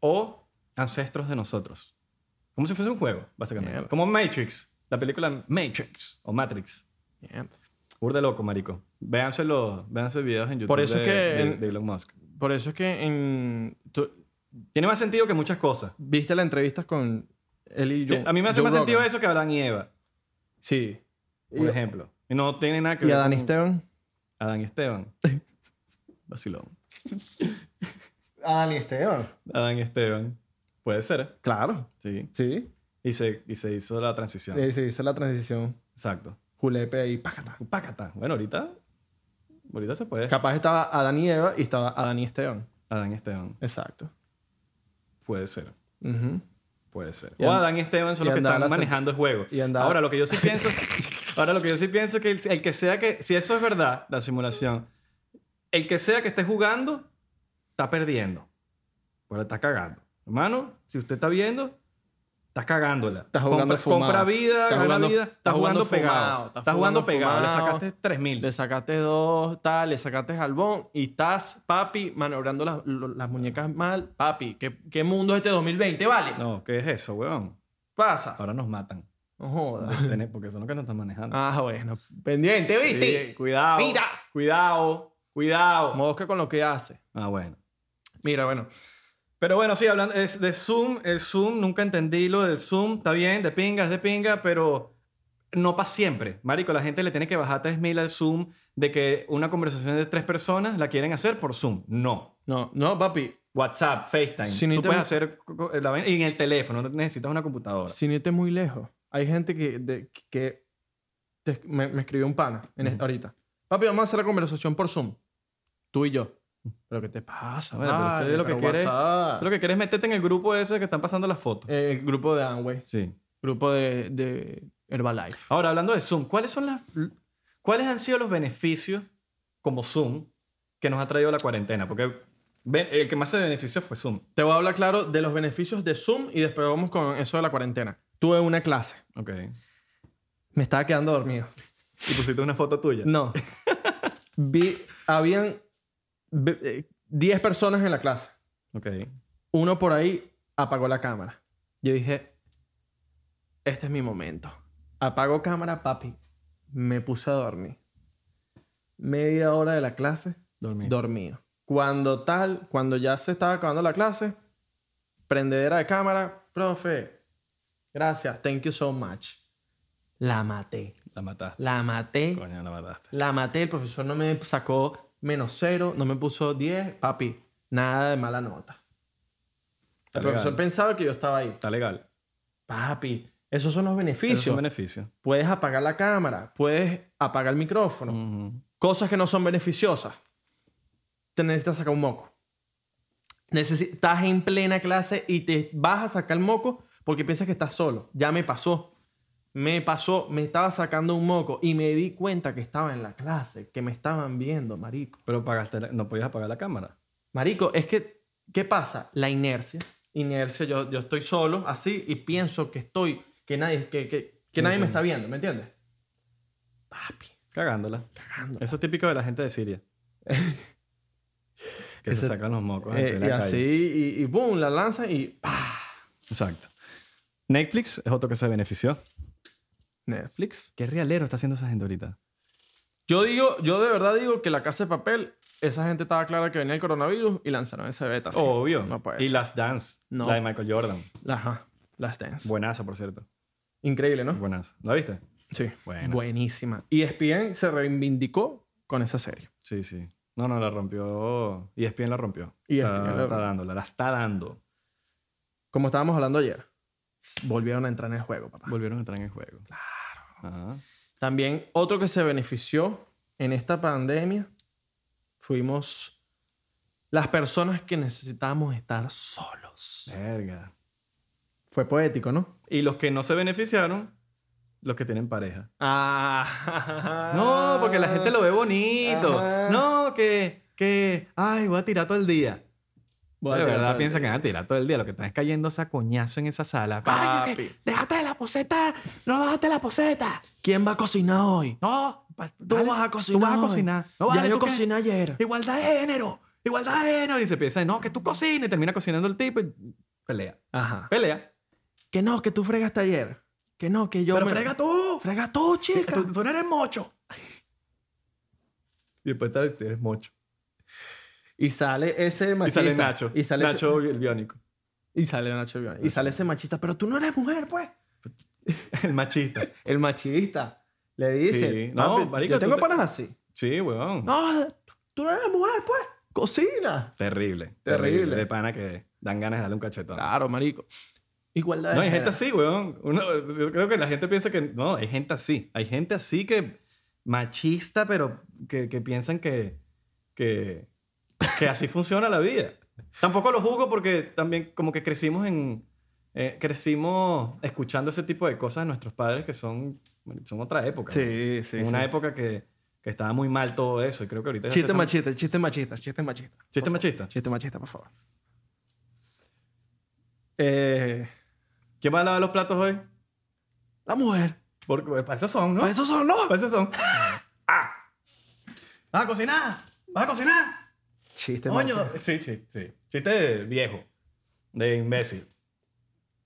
Speaker 1: o ancestros de nosotros. Como si fuese un juego, básicamente.
Speaker 2: Mierda.
Speaker 1: Como Matrix, la película Matrix o Matrix.
Speaker 2: Bien.
Speaker 1: Burda loco, marico. Véanse los, véanse videos en YouTube
Speaker 2: Por eso
Speaker 1: de,
Speaker 2: es que
Speaker 1: de-
Speaker 2: en-
Speaker 1: de Elon Musk.
Speaker 2: Por eso es que en... tú-
Speaker 1: Tiene más sentido que muchas cosas.
Speaker 2: ¿Viste la entrevista con él y yo?
Speaker 1: Eh, A mí me hace más sentido eso que Adán y Eva,
Speaker 2: Sí.
Speaker 1: por
Speaker 2: Y-
Speaker 1: ejemplo. Y no tiene nada que
Speaker 2: ¿Y
Speaker 1: ver
Speaker 2: Adán y
Speaker 1: con
Speaker 2: Esteban?
Speaker 1: Adán y Esteban. Vacilón.
Speaker 3: Adán y Esteban.
Speaker 1: Adán y Esteban. Puede ser,
Speaker 2: Claro.
Speaker 1: sí.
Speaker 2: Sí.
Speaker 1: Y se, y se hizo la transición.
Speaker 2: Eh, se hizo la transición.
Speaker 1: Exacto.
Speaker 2: Julepe ahí, pácata.
Speaker 1: Pácata. Bueno, ahorita. Ahorita se puede.
Speaker 2: Capaz estaba Adán y Eva y estaba Adán y Esteban.
Speaker 1: Adán y Esteban.
Speaker 2: Exacto.
Speaker 1: Puede ser.
Speaker 2: Ujú.
Speaker 1: Puede ser.
Speaker 2: Y
Speaker 1: o
Speaker 2: and-
Speaker 1: Adán y Esteban son
Speaker 2: y
Speaker 1: los que
Speaker 2: andaba
Speaker 1: están
Speaker 2: la-
Speaker 1: manejando el juego.
Speaker 2: y andaba-
Speaker 1: ahora lo que yo sí pienso, ahora lo que yo sí pienso es que el, el que sea que si eso es verdad la simulación, el que sea que esté jugando está perdiendo. Pues la está cagando. Hermano, si usted está viendo Estás cagándola.
Speaker 2: Estás jugando
Speaker 1: compra,
Speaker 2: fumado.
Speaker 1: compra vida,
Speaker 2: Estás
Speaker 1: gana
Speaker 2: jugando-
Speaker 1: vida. Estás,
Speaker 2: estás
Speaker 1: jugando,
Speaker 2: jugando
Speaker 1: pegado.
Speaker 2: fumado,
Speaker 1: Estás,
Speaker 2: estás
Speaker 1: jugando,
Speaker 2: jugando
Speaker 1: pegado. Le
Speaker 2: fumado.
Speaker 1: sacaste 3000.
Speaker 2: Le sacaste dos, tal, le sacaste jalbón y estás, papi, maniobrando las, lo- las muñecas mal. Papi, ¿qué, qué mundo es este 2020? Vale,
Speaker 1: No, ¿qué es eso, weón?
Speaker 2: pasa.
Speaker 1: Ahora nos matan.
Speaker 2: No joda.
Speaker 1: Tener- Porque son los que nos están manejando.
Speaker 2: Ah, bueno, pendiente, ¿viste?
Speaker 1: Sí, cuidado.
Speaker 2: Mira.
Speaker 1: Cuidado. Cuidado.
Speaker 2: Mosca con lo que hace.
Speaker 1: Ah, bueno.
Speaker 2: Mira, bueno,
Speaker 1: Pero bueno, sí, hablando es de Zoom, el Zoom, nunca entendí lo del Zoom. Está bien, de pinga, es de pinga, pero no para siempre. Marico, la gente le tiene que bajar 3.000 al Zoom de que una conversación de tres personas la quieren hacer por Zoom. No.
Speaker 2: no, no, papi,
Speaker 1: WhatsApp, FaceTime.
Speaker 2: Si
Speaker 1: Tú
Speaker 2: necesitas-
Speaker 1: puedes hacer co- co- la vaina- y en el teléfono, no necesitas una computadora.
Speaker 2: Sin irte muy lejos. Hay gente que, de- que te- me, me escribió un pana en es- ahorita. Papi, vamos a hacer la conversación por Zoom. Tú y yo. ¿Pero qué te pasa?
Speaker 1: Bueno, pero eso es lo que
Speaker 2: Pero
Speaker 1: quieres-
Speaker 2: WhatsApp.
Speaker 1: Lo que quieres es meterte en el grupo ese que están pasando las fotos.
Speaker 2: Eh, El grupo de Amway.
Speaker 1: Sí.
Speaker 2: Grupo de, de Herbalife.
Speaker 1: Ahora, hablando de Zoom, ¿cuáles son las cuáles han sido los beneficios como Zoom que nos ha traído la cuarentena? Porque ven- el que más se benefició fue Zoom.
Speaker 2: Te voy a hablar claro de los beneficios de Zoom y después vamos con eso de la cuarentena. Tuve una clase.
Speaker 1: Ok.
Speaker 2: Me estaba quedando dormido.
Speaker 1: Y pusiste una foto tuya.
Speaker 2: No. Vi, habían ve- eh, 10 personas en la clase.
Speaker 1: Ok.
Speaker 2: Uno por ahí apagó la cámara. Yo dije, este es mi momento. Apago cámara, papi. Me puse a dormir. Media hora de la clase,
Speaker 1: Dormí.
Speaker 2: dormido. Cuando tal, cuando ya se estaba acabando la clase, prendedera de cámara, profe, gracias, thank you so much. La maté,
Speaker 1: la mataste.
Speaker 2: la maté.
Speaker 1: Coño, la mataste.
Speaker 2: La maté, el profesor no me sacó menos cero, no me puso 10, papi, nada de mala nota.
Speaker 1: Está
Speaker 2: El profesor
Speaker 1: legal.
Speaker 2: pensaba que yo estaba ahí.
Speaker 1: Está legal.
Speaker 2: Papi, esos son los
Speaker 1: Esos
Speaker 2: beneficios.
Speaker 1: son beneficios.
Speaker 2: puedes apagar la cámara, puedes apagar el micrófono.
Speaker 1: Ujú.
Speaker 2: Cosas que no son beneficiosas. Te necesitas sacar un moco. Necesi- estás en plena clase y te vas a sacar el moco porque piensas que estás solo. Ya me pasó. Me pasó, me estaba sacando un moco y me di cuenta que estaba en la clase, que me estaban viendo, marico.
Speaker 1: Pero pagaste la- no podías apagar la cámara.
Speaker 2: Marico, es que, ¿qué pasa? La inercia. Inercia, yo, yo estoy solo, así, y pienso que estoy, que nadie, que, que, que nadie me está viendo, ¿me entiendes? Papi,
Speaker 1: Cagándola.
Speaker 2: cagando.
Speaker 1: Eso es típico de la gente de Siria. que se
Speaker 2: Ese-
Speaker 1: sacan los mocos.
Speaker 2: Eh,
Speaker 1: en
Speaker 2: y
Speaker 1: la calle.
Speaker 2: así, y, y boom, la lanza y ¡pah!
Speaker 1: Exacto. Netflix es otro que se benefició.
Speaker 2: Netflix.
Speaker 1: ¿Qué realero está haciendo esa gente ahorita?
Speaker 2: Yo digo, yo de verdad digo que la casa de papel, esa gente estaba clara que venía el coronavirus y lanzaron ese beta. así.
Speaker 1: Obvio.
Speaker 2: No puede
Speaker 1: y
Speaker 2: ser.
Speaker 1: Last Dance.
Speaker 2: No.
Speaker 1: La de Michael Jordan.
Speaker 2: Ajá, las dance.
Speaker 1: Buenazo, por cierto.
Speaker 2: Increíble, ¿no?
Speaker 1: Buenazo. ¿La viste?
Speaker 2: Sí.
Speaker 1: Buena.
Speaker 2: Buenísima. E Y ESPN se reivindicó con esa serie.
Speaker 1: Sí, sí. No, no, la rompió. E Y ESPN la rompió.
Speaker 2: ESPN
Speaker 1: está,
Speaker 2: la-
Speaker 1: está dándola, la está dando.
Speaker 2: Como estábamos hablando ayer, volvieron a entrar en el Ah. juego, papá.
Speaker 1: Volvieron a entrar en el juego. Claro. Ajá.
Speaker 2: También otro que se benefició en esta pandemia fuimos las personas que necesitábamos estar solos.
Speaker 1: Verga.
Speaker 2: Fue poético, ¿no?
Speaker 1: Y los que no se beneficiaron, los que tienen pareja.
Speaker 2: Ah.
Speaker 1: No, porque la gente lo ve bonito.
Speaker 2: Ajá.
Speaker 1: No, que, que, ay, voy a tirar todo el día.
Speaker 2: Voy a
Speaker 1: de
Speaker 2: tirar
Speaker 1: verdad
Speaker 2: todo el
Speaker 1: piensa que
Speaker 2: día.
Speaker 1: van a tirar todo el día. Lo que están es cayendo esa coñazo en esa sala. Coño, que
Speaker 2: Papi.
Speaker 1: déjate de la poseta. No bajaste la poseta.
Speaker 2: ¿Quién va a cocinar hoy?
Speaker 1: No. pa-
Speaker 2: Tú
Speaker 1: vale,
Speaker 2: vas a cocinar.
Speaker 1: Tú vas a
Speaker 2: hoy.
Speaker 1: cocinar. No,
Speaker 2: ya
Speaker 1: vale,
Speaker 2: yo
Speaker 1: tú que-
Speaker 2: cociné ayer.
Speaker 1: Igualdad de género. Igualdad de género. Y se piensa, no, que tú cocines. Y termina cocinando el tipo y pelea.
Speaker 2: Ajá.
Speaker 1: Pelea.
Speaker 2: Que no, que tú fregaste ayer. Que no, que yo.
Speaker 1: Pero
Speaker 2: me-
Speaker 1: frega tú.
Speaker 2: Frega tú, chica.
Speaker 1: Tú, tú no eres mocho. Y después tal, eres mocho.
Speaker 2: Y sale ese machista.
Speaker 1: Y sale Nacho.
Speaker 2: Y sale ese-
Speaker 1: Nacho el biónico.
Speaker 2: Y sale Nacho Bione. Y sale ese machista. Pero tú no eres mujer, pues.
Speaker 1: El machista.
Speaker 2: El machista. Le dice.
Speaker 1: Sí. No,
Speaker 2: No,
Speaker 1: marico,
Speaker 2: Yo tengo
Speaker 1: tú te-
Speaker 2: panas así.
Speaker 1: Sí, weón.
Speaker 2: No, tú no eres mujer, pues. Cocina.
Speaker 1: Terrible,
Speaker 2: Terrible.
Speaker 1: terrible. De pana que dan ganas de darle un cachetón.
Speaker 2: Claro, marico. Igualdad. de
Speaker 1: No, hay gente
Speaker 2: género.
Speaker 1: así, weón. Uno, yo creo que la gente piensa que... No, hay gente así. Hay gente así que... Machista, pero que, que piensan que, que... Que así funciona la vida. Tampoco lo juzgo porque también como que crecimos en... eh, crecimos escuchando ese tipo de cosas de nuestros padres que son, son otra época. ¿no?
Speaker 2: Sí, sí.
Speaker 1: Una
Speaker 2: sí.
Speaker 1: época que, que estaba muy mal todo eso y creo que ahorita... ya se
Speaker 2: Chiste
Speaker 1: están-
Speaker 2: machista, chiste machista, chiste machista.
Speaker 1: Chiste machista.
Speaker 2: Chiste machista, por favor. Eh,
Speaker 1: ¿Quién va a lavar los platos hoy?
Speaker 2: la mujer.
Speaker 1: Porque pues, para eso son, ¿no?
Speaker 2: Pues esos son los.
Speaker 1: Para eso son. ¡Ah! ¿Vas a cocinar? ¿Vas a cocinar?
Speaker 2: Chiste
Speaker 1: Coño.
Speaker 2: machista.
Speaker 1: Sí, sí, sí. Chiste de viejo. De imbécil.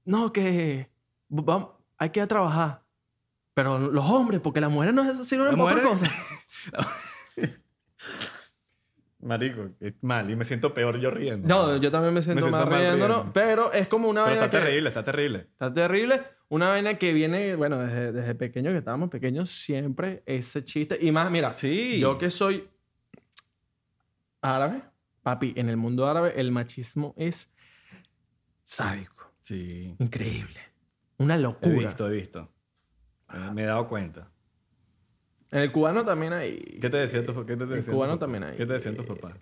Speaker 2: No, que. Vamos, hay que ir a trabajar. Pero los hombres, porque las mujeres no se sirven
Speaker 1: Las
Speaker 2: para otra
Speaker 1: mujeres-
Speaker 2: cosa.
Speaker 1: Marico, es mal. Y me siento peor yo riendo.
Speaker 2: No, yo también me siento,
Speaker 1: siento
Speaker 2: mal
Speaker 1: mal
Speaker 2: riéndonos,
Speaker 1: riendo.
Speaker 2: pero es como una
Speaker 1: Pero
Speaker 2: vaina
Speaker 1: está
Speaker 2: que
Speaker 1: terrible, está terrible.
Speaker 2: está terrible, una vaina que viene, bueno, desde, desde pequeño que estábamos pequeños siempre ese chiste y más, mira,
Speaker 1: Sí.
Speaker 2: yo que soy árabe, Papi, en el mundo árabe el machismo es sádico.
Speaker 1: Sí.
Speaker 2: Increíble. Una
Speaker 1: He
Speaker 2: locura.
Speaker 1: visto, he visto. Eh, Me he dado cuenta.
Speaker 2: En el cubano también hay...
Speaker 1: ¿Qué te decían tus papás?
Speaker 2: El cubano también hay.
Speaker 1: ¿Qué te decían tus papás?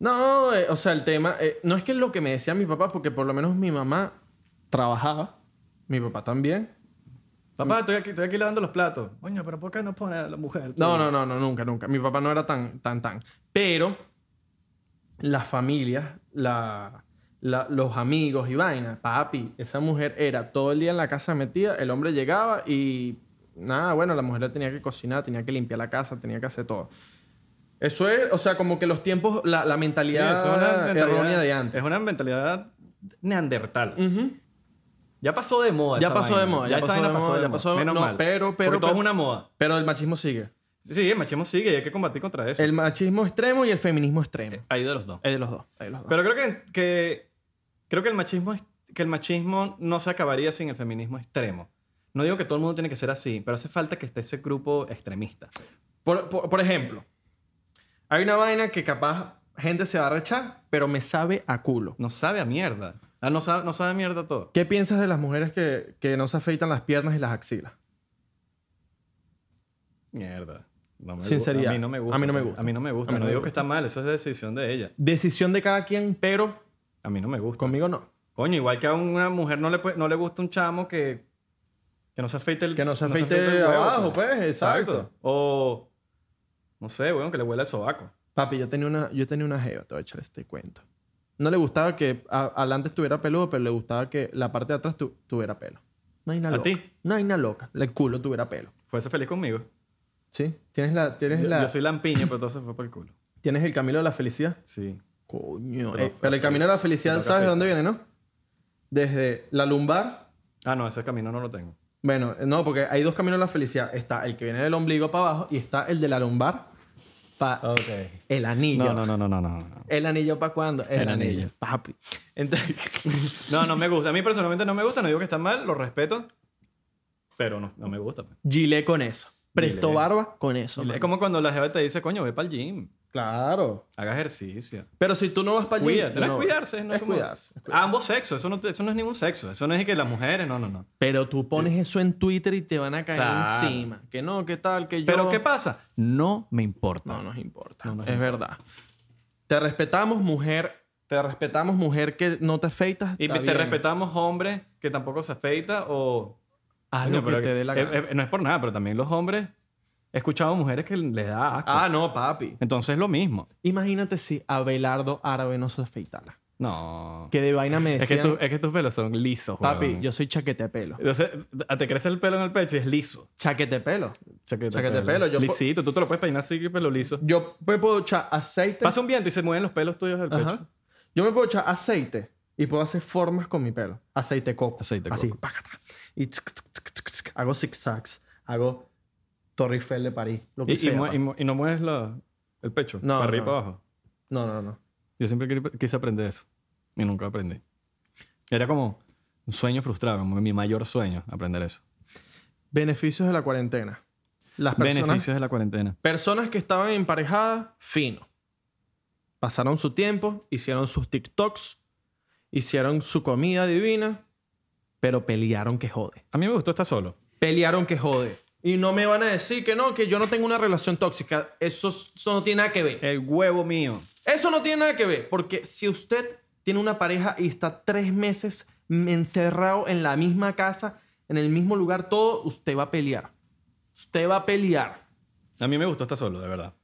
Speaker 2: No, eh, o sea, el tema... eh, no es que es lo que me decían mis papás, porque por lo menos mi mamá trabajaba. Mi papá también.
Speaker 1: Papá, estoy aquí, estoy aquí lavando los platos. Coño, pero ¿por qué no pone a la mujer?
Speaker 2: No, no, no, no, nunca, nunca. Mi papá no era tan, tan, tan. Pero las familias, la, la- los amigos y vaina, papi, esa mujer era todo el día en la casa metida, el hombre llegaba y nada, bueno, la mujer tenía que cocinar, tenía que limpiar la casa, tenía que hacer todo. Eso es, o sea, como que los tiempos, la, la
Speaker 1: Sí,
Speaker 2: mentalidad,
Speaker 1: eso es una mentalidad-
Speaker 2: errónea de antes.
Speaker 1: Es una mentalidad neandertal.
Speaker 2: Ujú.
Speaker 1: Mm. Ya pasó de moda.
Speaker 2: Ya
Speaker 1: esa
Speaker 2: pasó
Speaker 1: vaina.
Speaker 2: de moda,
Speaker 1: Ya,
Speaker 2: ya
Speaker 1: esa
Speaker 2: pasó
Speaker 1: vaina
Speaker 2: de moda, ya pasó de-
Speaker 1: Menos
Speaker 2: no,
Speaker 1: mal.
Speaker 2: pero-
Speaker 1: Porque
Speaker 2: pero-
Speaker 1: todo es
Speaker 2: pero-
Speaker 1: una moda.
Speaker 2: Pero el machismo sigue.
Speaker 1: Sí, sí, el machismo sigue y hay que combatir contra eso.
Speaker 2: El machismo extremo y el feminismo extremo.
Speaker 1: Hay de los dos.
Speaker 2: Es Eh, de los dos. es de los dos.
Speaker 1: Pero creo que, que- creo que el machismo es- que el machismo no se acabaría sin el feminismo extremo. No digo que todo el mundo tiene que ser así, pero hace falta que esté ese grupo extremista.
Speaker 2: Por, por- por ejemplo, hay una vaina que capaz gente se va a rechar, pero me sabe a culo.
Speaker 1: No sabe a mierda. Ah, no sabe, no sabe a mierda todo.
Speaker 2: ¿Qué piensas de las mujeres que, que no se afeitan las piernas y las axilas?
Speaker 1: Mierda. No me gu-
Speaker 2: Sinceridad.
Speaker 1: A mí no me gusta.
Speaker 2: A mí no me gusta.
Speaker 1: A mí no me gusta.
Speaker 2: A mí no
Speaker 1: no
Speaker 2: me
Speaker 1: digo que
Speaker 2: gusta.
Speaker 1: está mal, eso es decisión de ella.
Speaker 2: Decisión de cada quien, pero
Speaker 1: A mí no me gusta.
Speaker 2: conmigo no.
Speaker 1: Coño, igual que a una mujer no le, puede- no le gusta un chamo que, que no se afeite el
Speaker 2: Que no se afeite
Speaker 1: el huevo,
Speaker 2: abajo, pues, exacto.
Speaker 1: O, no sé, bueno, que le huela el sobaco.
Speaker 2: Papi, yo tenía una, yo tenía una jeva, te voy a echar este cuento. No le gustaba que a- adelante estuviera peludo, pero le gustaba que la parte de atrás tu- tuviera pelo. No hay una
Speaker 1: ¿A
Speaker 2: loca.
Speaker 1: ti?
Speaker 2: No hay una loca. El culo tuviera pelo.
Speaker 1: Fuese feliz conmigo.
Speaker 2: ¿Sí? Tienes la, tienes
Speaker 1: Yo,
Speaker 2: la,
Speaker 1: yo soy lampiño, pero todo se fue por el culo.
Speaker 2: tienes el camino de la felicidad.
Speaker 1: Sí.
Speaker 2: Coño.
Speaker 1: Pero-
Speaker 2: eh, pero el camino de la felicidad,
Speaker 1: pero
Speaker 2: ¿sabes de
Speaker 1: café.
Speaker 2: dónde viene, no? Desde la lumbar.
Speaker 1: Ah, no, ese camino no lo tengo.
Speaker 2: Bueno, no, porque hay dos caminos de la felicidad. Está el que viene del ombligo para abajo y está el de la lumbar para
Speaker 1: Ok.
Speaker 2: el anillo.
Speaker 1: No, no, no, no, no, no.
Speaker 2: ¿El anillo para cuándo? El,
Speaker 1: El
Speaker 2: anillo.
Speaker 1: anillo.
Speaker 2: Papi. Entonces,
Speaker 1: No, no me gusta. A mí personalmente no me gusta. No digo que está mal, lo respeto. Pero no, no me gusta. pues.
Speaker 2: Gile con eso. Presto
Speaker 1: Gilé.
Speaker 2: barba con eso.
Speaker 1: Es
Speaker 2: man.
Speaker 1: como cuando la jeva te dice, coño, ve para el gym.
Speaker 2: Claro.
Speaker 1: Haga ejercicio.
Speaker 2: Pero si tú no vas para allí...
Speaker 1: Cuídate. No,
Speaker 2: no
Speaker 1: es
Speaker 2: vas.
Speaker 1: cuidarse.
Speaker 2: es
Speaker 1: No es como-
Speaker 2: cuidarse. es cuidarse.
Speaker 1: ambos sexos. Eso no, te- eso no es ningún sexo. Eso no es que las mujeres... No, no, no.
Speaker 2: Pero tú pones eso en Twitter y te van a caer
Speaker 1: Claro.
Speaker 2: encima. Que no, que tal, que yo...
Speaker 1: Pero ¿qué pasa? No me importa.
Speaker 2: No nos importa.
Speaker 1: No nos
Speaker 2: es verdad. Te respetamos, mujer. Te respetamos, mujer, que no te afeitas.
Speaker 1: Y
Speaker 2: está
Speaker 1: te
Speaker 2: bien.
Speaker 1: respetamos hombres que tampoco se afeita o...
Speaker 2: Haz
Speaker 1: Coño,
Speaker 2: lo que
Speaker 1: pero
Speaker 2: te dé la
Speaker 1: eh,
Speaker 2: gana.
Speaker 1: eh, no es por nada, pero también los hombres... He escuchado mujeres que les da asco.
Speaker 2: Ah, no, papi.
Speaker 1: Entonces lo mismo.
Speaker 2: Imagínate si Abelardo Árabe no se afeitara.
Speaker 1: No.
Speaker 2: Que de vaina me
Speaker 1: Es que,
Speaker 2: decían...
Speaker 1: tu- es que tus pelos son lisos,
Speaker 2: Papi,
Speaker 1: huevón.
Speaker 2: yo soy chaquete de pelo.
Speaker 1: Entonces, te crece el pelo en el pecho y es liso.
Speaker 2: Chaquete de pelo.
Speaker 1: Chaquete,
Speaker 2: Chaquete de pelo, yo po-
Speaker 1: Lisito, tú te lo puedes peinar así, que pelo liso.
Speaker 2: Yo me puedo echar aceite...
Speaker 1: Pasa un viento y se mueven los pelos tuyos del pecho.
Speaker 2: Ajá. Yo me puedo echar aceite y puedo hacer formas con mi pelo. Aceite de coco.
Speaker 1: Aceite de
Speaker 2: Así,
Speaker 1: coco.
Speaker 2: pácata. Y tsk, tsk, tsk, tsk, tsk. hago zigzags. Hago Torre Eiffel de París. Lo que
Speaker 1: Y, y
Speaker 2: sea,
Speaker 1: mue-
Speaker 2: papi.
Speaker 1: y mu- y no mueves la- el pecho,
Speaker 2: No,
Speaker 1: para arriba y
Speaker 2: no.
Speaker 1: para abajo.
Speaker 2: No, no, no.
Speaker 1: Yo siempre quería- quise aprender eso. Y nunca aprendí. Era como un sueño frustrado, como mi mayor sueño, aprender eso.
Speaker 2: Beneficios de la cuarentena. Las personas,
Speaker 1: Beneficios de la cuarentena.
Speaker 2: personas que estaban emparejadas, fino. Pasaron su tiempo, hicieron sus TikToks, hicieron su comida divina, pero pelearon que jode.
Speaker 1: A mí me gustó estar solo.
Speaker 2: Pelearon que jode. Y no me van a decir que no, que yo no tengo una relación tóxica. Eso, eso no tiene nada que ver.
Speaker 1: El huevo mío.
Speaker 2: Eso no tiene nada que ver. Porque si usted tiene una pareja y está tres meses encerrado en la misma casa, en el mismo lugar, todo, usted va a pelear. Usted va a pelear.
Speaker 1: A mí me gustó estar solo, de verdad.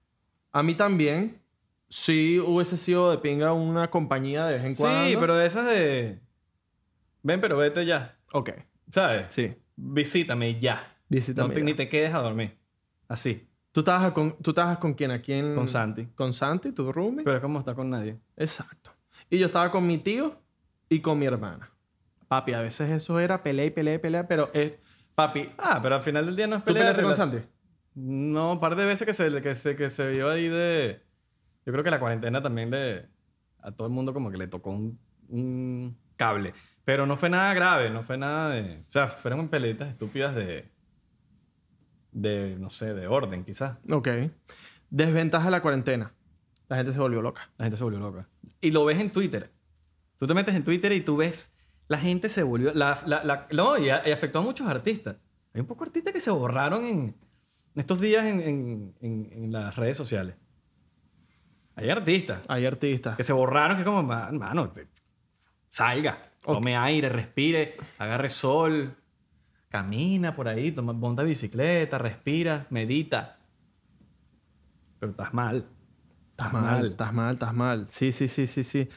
Speaker 2: A mí también. Sí hubiese sido de pinga una compañía de vez en cuando.
Speaker 1: Sí, pero de esas de... Ven, pero vete ya.
Speaker 2: Ok,
Speaker 1: ¿Sabes?
Speaker 2: sí.
Speaker 1: Visítame ya.
Speaker 2: Visítame
Speaker 1: No te-
Speaker 2: ya.
Speaker 1: ni te quedes a dormir. Así.
Speaker 2: ¿Tú trabajas con, tú trabajas con quién? ¿A quién?
Speaker 1: Con Santi.
Speaker 2: Con Santi, tu roomie.
Speaker 1: Pero es como estar con nadie.
Speaker 2: Exacto. Y yo estaba con mi tío y con mi hermana. Papi, a veces eso era pelea y pelea y pelea, pero eh, papi,
Speaker 1: Ah, pero al final del día no es
Speaker 2: ¿tú
Speaker 1: pelea. de
Speaker 2: peleaste con
Speaker 1: relación.
Speaker 2: Santi?
Speaker 1: No, un par de veces que se, que se, que se vio ahí de... Yo creo que la cuarentena también le... A todo el mundo como que le tocó un, un cable. Pero no fue nada grave, no fue nada de... O sea, fueron peleitas estúpidas de... De, no sé, de orden quizás.
Speaker 2: Ok. Desventaja de la cuarentena. La gente se volvió loca.
Speaker 1: La gente se volvió loca. Y lo ves en Twitter. Tú te metes en Twitter y tú ves, la gente se volvió... La, la- la- no, y, a- y afectó a muchos artistas. Hay un poco de artistas que se borraron en, en estos días en, en- en- en las redes sociales. Hay artistas
Speaker 2: Hay artistas.
Speaker 1: que se borraron que como, "Ma- mano, te- salga, tome aire, respire, agarre sol, camina por ahí, toma, monta bicicleta, respira, medita. Pero estás mal.
Speaker 2: Estás mal, estás mal, estás mal. Sí, sí, sí, sí, sí.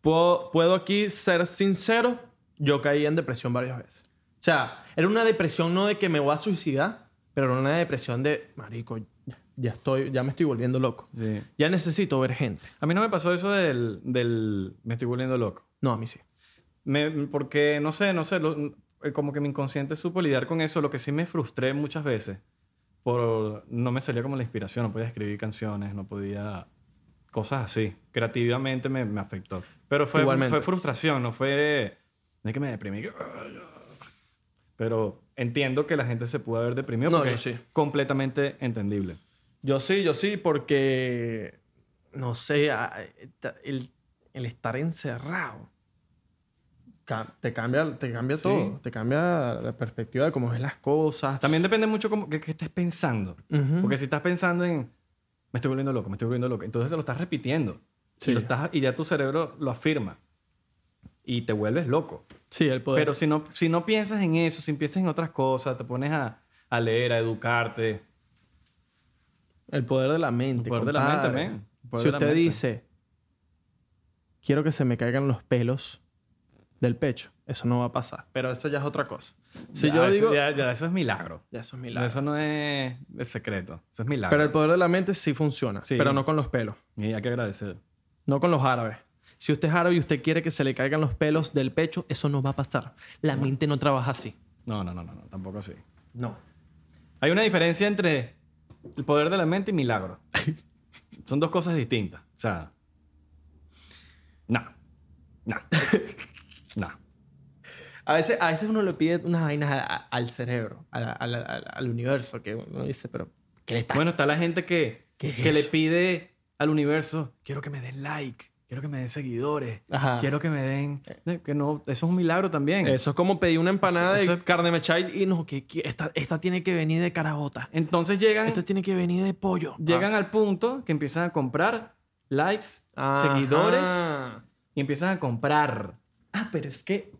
Speaker 2: Puedo, puedo aquí ser sincero, yo caí en depresión varias veces. O sea, era una depresión no de que me voy a suicidar, pero era una depresión de, marico, ya, ya estoy, ya me estoy volviendo loco.
Speaker 1: Sí.
Speaker 2: Ya necesito ver gente.
Speaker 1: A mí no me pasó eso del, del me estoy volviendo loco.
Speaker 2: No, a mí sí.
Speaker 1: Me- porque, no sé, no sé, lo- eh, como que mi inconsciente supo lidiar con eso. Lo que sí me frustré muchas veces por no me salía como la inspiración, no podía escribir canciones, no podía... Cosas así. Creativamente me, me afectó. Pero fue,
Speaker 2: Igualmente.
Speaker 1: fue frustración, no fue... No es que me deprimí. que- Pero entiendo que la gente se pudo haber deprimido
Speaker 2: No,
Speaker 1: porque
Speaker 2: yo
Speaker 1: es
Speaker 2: sí.
Speaker 1: completamente entendible.
Speaker 2: Yo sí, yo sí, porque, no sé, a- ta- el, el estar encerrado ca- te cambia, te cambia
Speaker 1: Sí.
Speaker 2: todo, te cambia la perspectiva de cómo ves las cosas.
Speaker 1: También depende mucho cómo, qué, qué estés pensando.
Speaker 2: Ujú.
Speaker 1: Porque si estás pensando en, me estoy volviendo loco, me estoy volviendo loco, entonces lo estás repitiendo.
Speaker 2: Sí.
Speaker 1: Y, lo estás- y ya tu cerebro lo afirma. Y te vuelves loco.
Speaker 2: Sí, el poder.
Speaker 1: Pero si no, si no piensas en eso, si piensas en otras cosas, te pones a, a leer, a educarte.
Speaker 2: el poder de la mente.
Speaker 1: El poder de la
Speaker 2: compadre.
Speaker 1: mente, men. El poder
Speaker 2: Si
Speaker 1: de la
Speaker 2: usted
Speaker 1: mente.
Speaker 2: dice, quiero que se me caigan los pelos del pecho, eso no va a pasar. Pero eso ya es otra cosa. Si
Speaker 1: Ya,
Speaker 2: yo
Speaker 1: eso,
Speaker 2: digo. Ya,
Speaker 1: ya, ya eso es milagro.
Speaker 2: eso es milagro.
Speaker 1: Eso no es el secreto. Eso es milagro.
Speaker 2: Pero el poder de la mente sí funciona,
Speaker 1: Sí.
Speaker 2: pero no con los pelos.
Speaker 1: Y hay que agradecer.
Speaker 2: No con los árabes. Si usted es árabe y usted quiere que se le caigan los pelos del pecho, eso no va a pasar. La mente no trabaja así.
Speaker 1: No, no, no, no, no, tampoco así.
Speaker 2: No.
Speaker 1: Hay una diferencia entre el poder de la mente y milagro. Son dos cosas distintas. O sea, no, no, no.
Speaker 2: A veces, a veces uno le pide unas vainas a- a- al cerebro, a la- a la- a la- al universo, que uno dice, pero ¿qué le está
Speaker 1: Bueno, está la gente que,
Speaker 2: ¿Qué es
Speaker 1: que le
Speaker 2: eso?
Speaker 1: pide al universo, quiero que me den like, quiero que me den seguidores,
Speaker 2: Ajá.
Speaker 1: quiero que me den... eh, Que no, eso es un milagro también.
Speaker 2: Eso es como pedir una empanada
Speaker 1: Eso- eso
Speaker 2: de carne mechada y no, que, que esta, esta tiene que venir de carabota.
Speaker 1: Entonces llegan,
Speaker 2: Esta tiene que venir de pollo. Ah,
Speaker 1: llegan al punto que empiezan a comprar likes,
Speaker 2: Ajá.
Speaker 1: seguidores y empiezan a comprar.
Speaker 2: Ah, pero es que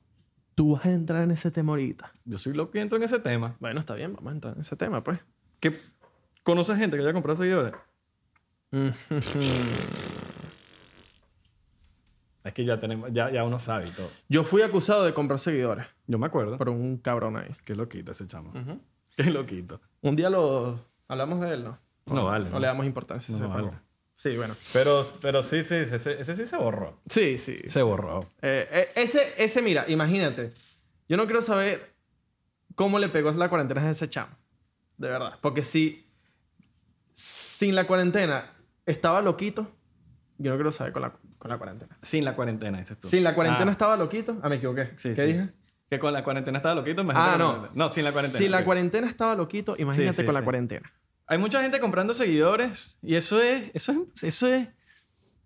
Speaker 2: tú vas a entrar en ese tema ahorita.
Speaker 1: Yo soy loco que entro en ese tema.
Speaker 2: Bueno, está bien, vamos a entrar en ese tema, pues.
Speaker 1: ¿Qué? ¿Conoces gente que haya comprado seguidores?
Speaker 2: Mm.
Speaker 1: Es que ya tenemos, ya, ya uno sabe y todo.
Speaker 2: Yo fui acusado de comprar seguidores
Speaker 1: Yo me acuerdo.
Speaker 2: por Mm. un cabrón ahí.
Speaker 1: Qué loquito ese chamo. Qué loquito.
Speaker 2: Un día lo hablamos de él, ¿no?
Speaker 1: No vale,
Speaker 2: No
Speaker 1: no.
Speaker 2: le damos importancia.
Speaker 1: No
Speaker 2: se
Speaker 1: vale.
Speaker 2: apagó. Sí, bueno.
Speaker 1: Pero, pero sí, sí, ese, ese sí se borró.
Speaker 2: Sí, sí.
Speaker 1: Se borró.
Speaker 2: Eh, eh, ese, ese, mira, imagínate. Yo no quiero saber cómo le pegó la cuarentena a ese chamo. De verdad. Porque si sin la cuarentena estaba loquito, yo no quiero saber con la, con la cuarentena.
Speaker 1: Sin la cuarentena, dices tú.
Speaker 2: Sin la cuarentena
Speaker 1: Ah,
Speaker 2: estaba loquito. Ah, me equivoqué.
Speaker 1: sí,
Speaker 2: ¿Qué
Speaker 1: sí.
Speaker 2: dije?
Speaker 1: Que con la cuarentena estaba loquito, imagínate.
Speaker 2: Ah,
Speaker 1: con la
Speaker 2: no.
Speaker 1: cuarentena. No, sin la cuarentena.
Speaker 2: Si la
Speaker 1: ok.
Speaker 2: cuarentena estaba loquito, imagínate
Speaker 1: Sí, sí,
Speaker 2: con la
Speaker 1: sí.
Speaker 2: cuarentena.
Speaker 1: Hay mucha gente comprando seguidores y eso es, eso es, eso es,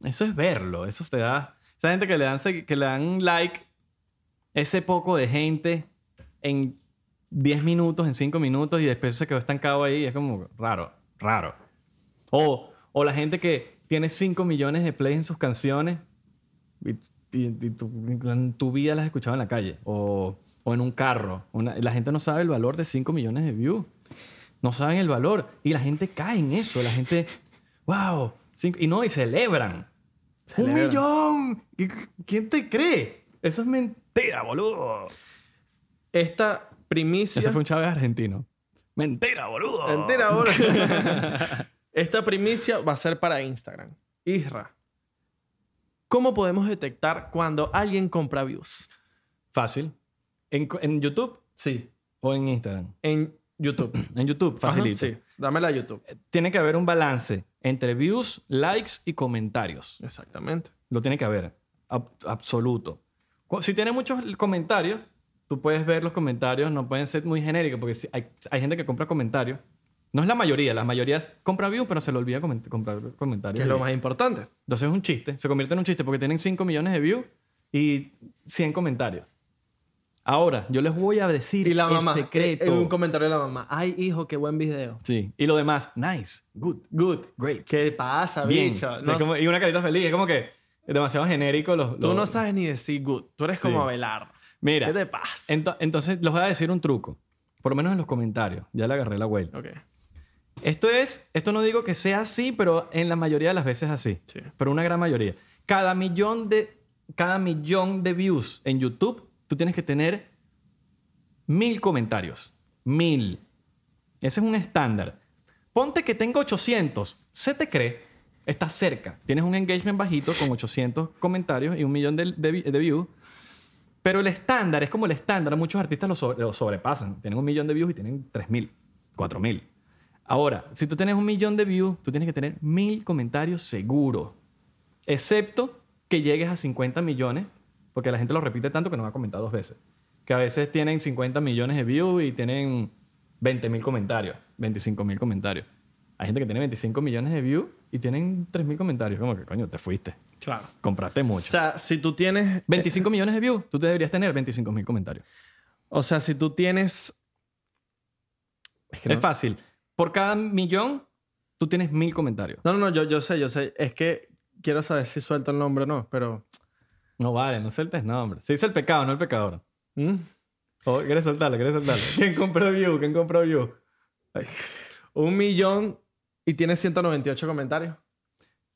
Speaker 1: eso es verlo. Eso te da. Esa gente que le dan, segui- que le dan like, ese poco de gente en 10 minutos, en 5 minutos y después se quedó estancado ahí. Es como raro, raro. O, o la gente que tiene 5 millones de plays en sus canciones y, y- y tú- en tu vida las has escuchado en la calle o, o en un carro. Una- la gente no sabe el valor de 5 millones de views. No saben el valor. Y la gente cae en eso. La gente, wow. cinco- y no, y celebran. ¡Un
Speaker 2: Celebran.
Speaker 1: millón! ¿Y qu- ¿Quién te cree? Eso es mentira, boludo.
Speaker 2: Esta primicia.
Speaker 1: Ese fue un chavo argentino. ¡Mentira, boludo!
Speaker 2: Entera ahora. Esta primicia va a ser para Instagram. Isra. ¿Cómo podemos detectar cuando alguien compra views?
Speaker 1: Fácil. ¿En, cu- en YouTube
Speaker 2: Sí.
Speaker 1: o en Instagram?
Speaker 2: En YouTube.
Speaker 1: En YouTube, facilito.
Speaker 2: Ajá, sí. Dámela a YouTube.
Speaker 1: Tiene que haber un balance entre views, likes y comentarios.
Speaker 2: Exactamente.
Speaker 1: Lo tiene que haber. ab- absoluto. Cu- Si tiene muchos l- comentarios, tú puedes ver los comentarios, no pueden ser muy genéricos, porque si hay, hay gente que compra comentarios No es la mayoría, las mayorías compra view, pero se le olvida coment- comprar comentarios.
Speaker 2: Que es lo
Speaker 1: Y-
Speaker 2: más importante.
Speaker 1: Entonces es un chiste, se convierte en un chiste porque tienen 5 millones de views y 100 comentarios. Ahora, yo les voy a decir
Speaker 2: Y la
Speaker 1: el
Speaker 2: mamá.
Speaker 1: secreto.
Speaker 2: En un comentario de la mamá. Ay, hijo, qué buen video.
Speaker 1: sí, y lo demás, nice, good,
Speaker 2: Good.
Speaker 1: great.
Speaker 2: ¿Qué pasa,
Speaker 1: bien.
Speaker 2: bicho?
Speaker 1: O sea,
Speaker 2: No-
Speaker 1: como- y una carita feliz, es como que es demasiado genérico los,
Speaker 2: tú
Speaker 1: los-
Speaker 2: no sabes ni decir good. Tú eres
Speaker 1: Sí.
Speaker 2: como Abelardo.
Speaker 1: Mira.
Speaker 2: ¿Qué te pasa?
Speaker 1: Ento- entonces les voy a decir un truco, por lo menos en los comentarios, ya le agarré la vuelta.
Speaker 2: Ok.
Speaker 1: Esto es, esto no digo que sea así, pero en la mayoría de las veces así.
Speaker 2: Sí.
Speaker 1: Pero una gran mayoría. Cada millón de, cada millón de views en YouTube, tú tienes que tener mil comentarios. Mil. Ese es un estándar. Ponte que tenga 800. Se te cree. Estás cerca. Tienes un engagement bajito con 800 comentarios y un millón de, de, vi- de views. Pero el estándar es como el estándar. Muchos artistas lo, sobre- lo sobrepasan. Tienen un millón de views y tienen 3.000, 4.000. Ahora, si tú tienes un millón de views, tú tienes que tener mil comentarios seguros. Excepto que llegues a 50 millones, porque la gente lo repite tanto que no va a comentar dos veces. Que a veces tienen 50 millones de views y tienen 20 mil comentarios, 25 mil comentarios. Hay gente que tiene 25 millones de views y tienen 3 mil comentarios. Como que, coño, te fuiste.
Speaker 2: Claro.
Speaker 1: Compraste
Speaker 2: O
Speaker 1: mucho.
Speaker 2: sea, si tú tienes.
Speaker 1: 25 millones de views, tú te deberías tener 25 mil comentarios.
Speaker 2: O sea, si tú tienes. Es que
Speaker 1: Es fácil. Por cada millón, tú tienes mil comentarios.
Speaker 2: No, no, no, yo, yo sé, yo sé. Es que quiero saber si suelto el nombre o no, pero.
Speaker 1: No vale, no sueltes nombre. Se dice el pecado, no el pecador.
Speaker 2: ¿Mm?
Speaker 1: Oh, ¿Quieres soltarlo? ¿Quieres soltarlo? ¿Quién compró view? ¿Quién compró view?
Speaker 2: Un millón y tiene 198 comentarios.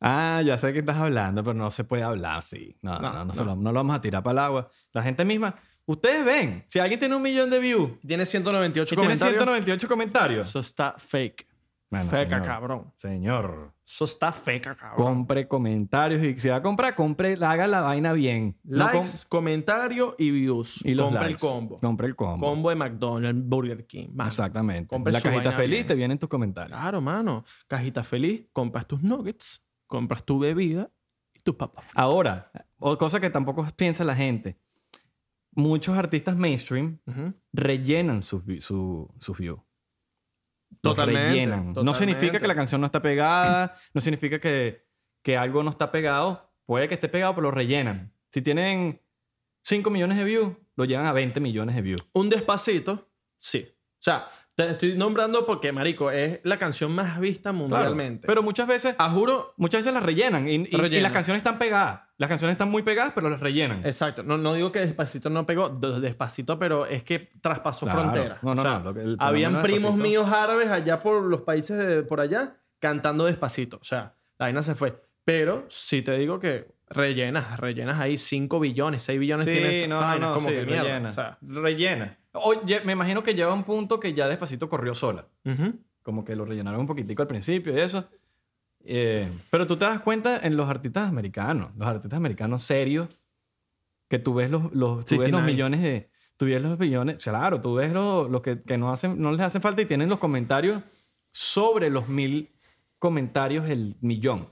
Speaker 1: Ah, ya sé que estás hablando, pero no se puede hablar así. No, no,
Speaker 2: No,
Speaker 1: no, no,
Speaker 2: no.
Speaker 1: se lo, no lo vamos a tirar para el agua. La gente misma, ustedes ven, si alguien tiene un millón de views
Speaker 2: Y Tiene
Speaker 1: y
Speaker 2: 198
Speaker 1: tiene
Speaker 2: comentarios.
Speaker 1: 198 comentarios.
Speaker 2: Eso está fake.
Speaker 1: Bueno,
Speaker 2: feca,
Speaker 1: señor.
Speaker 2: cabrón.
Speaker 1: Señor,
Speaker 2: Eso está feca, cabrón.
Speaker 1: compre comentarios y si va a comprar, compre, haga la vaina bien. No
Speaker 2: Likes,
Speaker 1: com-
Speaker 2: comentario y views.
Speaker 1: y los
Speaker 2: Compra
Speaker 1: likes.
Speaker 2: el combo.
Speaker 1: Compre el combo.
Speaker 2: Combo de McDonald's, Burger King. mano.
Speaker 1: Exactamente.
Speaker 2: Compre
Speaker 1: la
Speaker 2: su
Speaker 1: cajita
Speaker 2: vaina
Speaker 1: feliz
Speaker 2: bien.
Speaker 1: te viene en tus comentarios.
Speaker 2: Claro, mano. Cajita feliz, compras tus nuggets, compras tu bebida y tus papas.
Speaker 1: Ahora, o- cosa que tampoco piensa la gente. Muchos artistas mainstream
Speaker 2: Ujú.
Speaker 1: rellenan sus vi- su, sus views. Los
Speaker 2: Totalmente,
Speaker 1: rellenan. No significa que
Speaker 2: totalmente.
Speaker 1: la canción no está pegada, no significa que, que algo no está pegado. Puede que esté pegado, pero lo rellenan. Si tienen 5 millones de views, lo llevan a 20 millones de views.
Speaker 2: Un despacito, sí. O sea, te estoy nombrando porque, marico, es la canción más vista mundialmente.
Speaker 1: Pero muchas veces,
Speaker 2: a juro,
Speaker 1: muchas veces las rellenan y, y- y
Speaker 2: Rellenan.
Speaker 1: las canciones están pegadas. Las canciones están muy pegadas, pero las rellenan.
Speaker 2: exacto. No, no digo que despacito no pegó, de- despacito, pero es que traspasó
Speaker 1: Claro.
Speaker 2: frontera.
Speaker 1: No, no,
Speaker 2: O sea,
Speaker 1: no, lo que- el fenómeno
Speaker 2: habían
Speaker 1: de
Speaker 2: primos
Speaker 1: Despacito.
Speaker 2: míos árabes allá por los países de por allá cantando despacito. O sea, la vaina se fue. Pero sí te digo que rellenas, rellenas ahí 5 billones, 6 billones tienes
Speaker 1: Sí,
Speaker 2: esa
Speaker 1: no, no,
Speaker 2: vaina,
Speaker 1: no,
Speaker 2: como
Speaker 1: sí,
Speaker 2: que mierda.
Speaker 1: rellena.
Speaker 2: O sea,
Speaker 1: rellena. Oye, me imagino que lleva un punto que ya despacito corrió sola.
Speaker 2: ujú.
Speaker 1: Como que lo rellenaron un poquitico al principio y eso. Eh, pero tú te das cuenta en los artistas americanos, los artistas americanos serios, que tú ves los, los, tú ves los
Speaker 2: 69.
Speaker 1: millones de... Tú ves los millones, claro, tú ves los, los que, que no, hacen, no les hacen falta y tienen los comentarios sobre los mil comentarios el millón.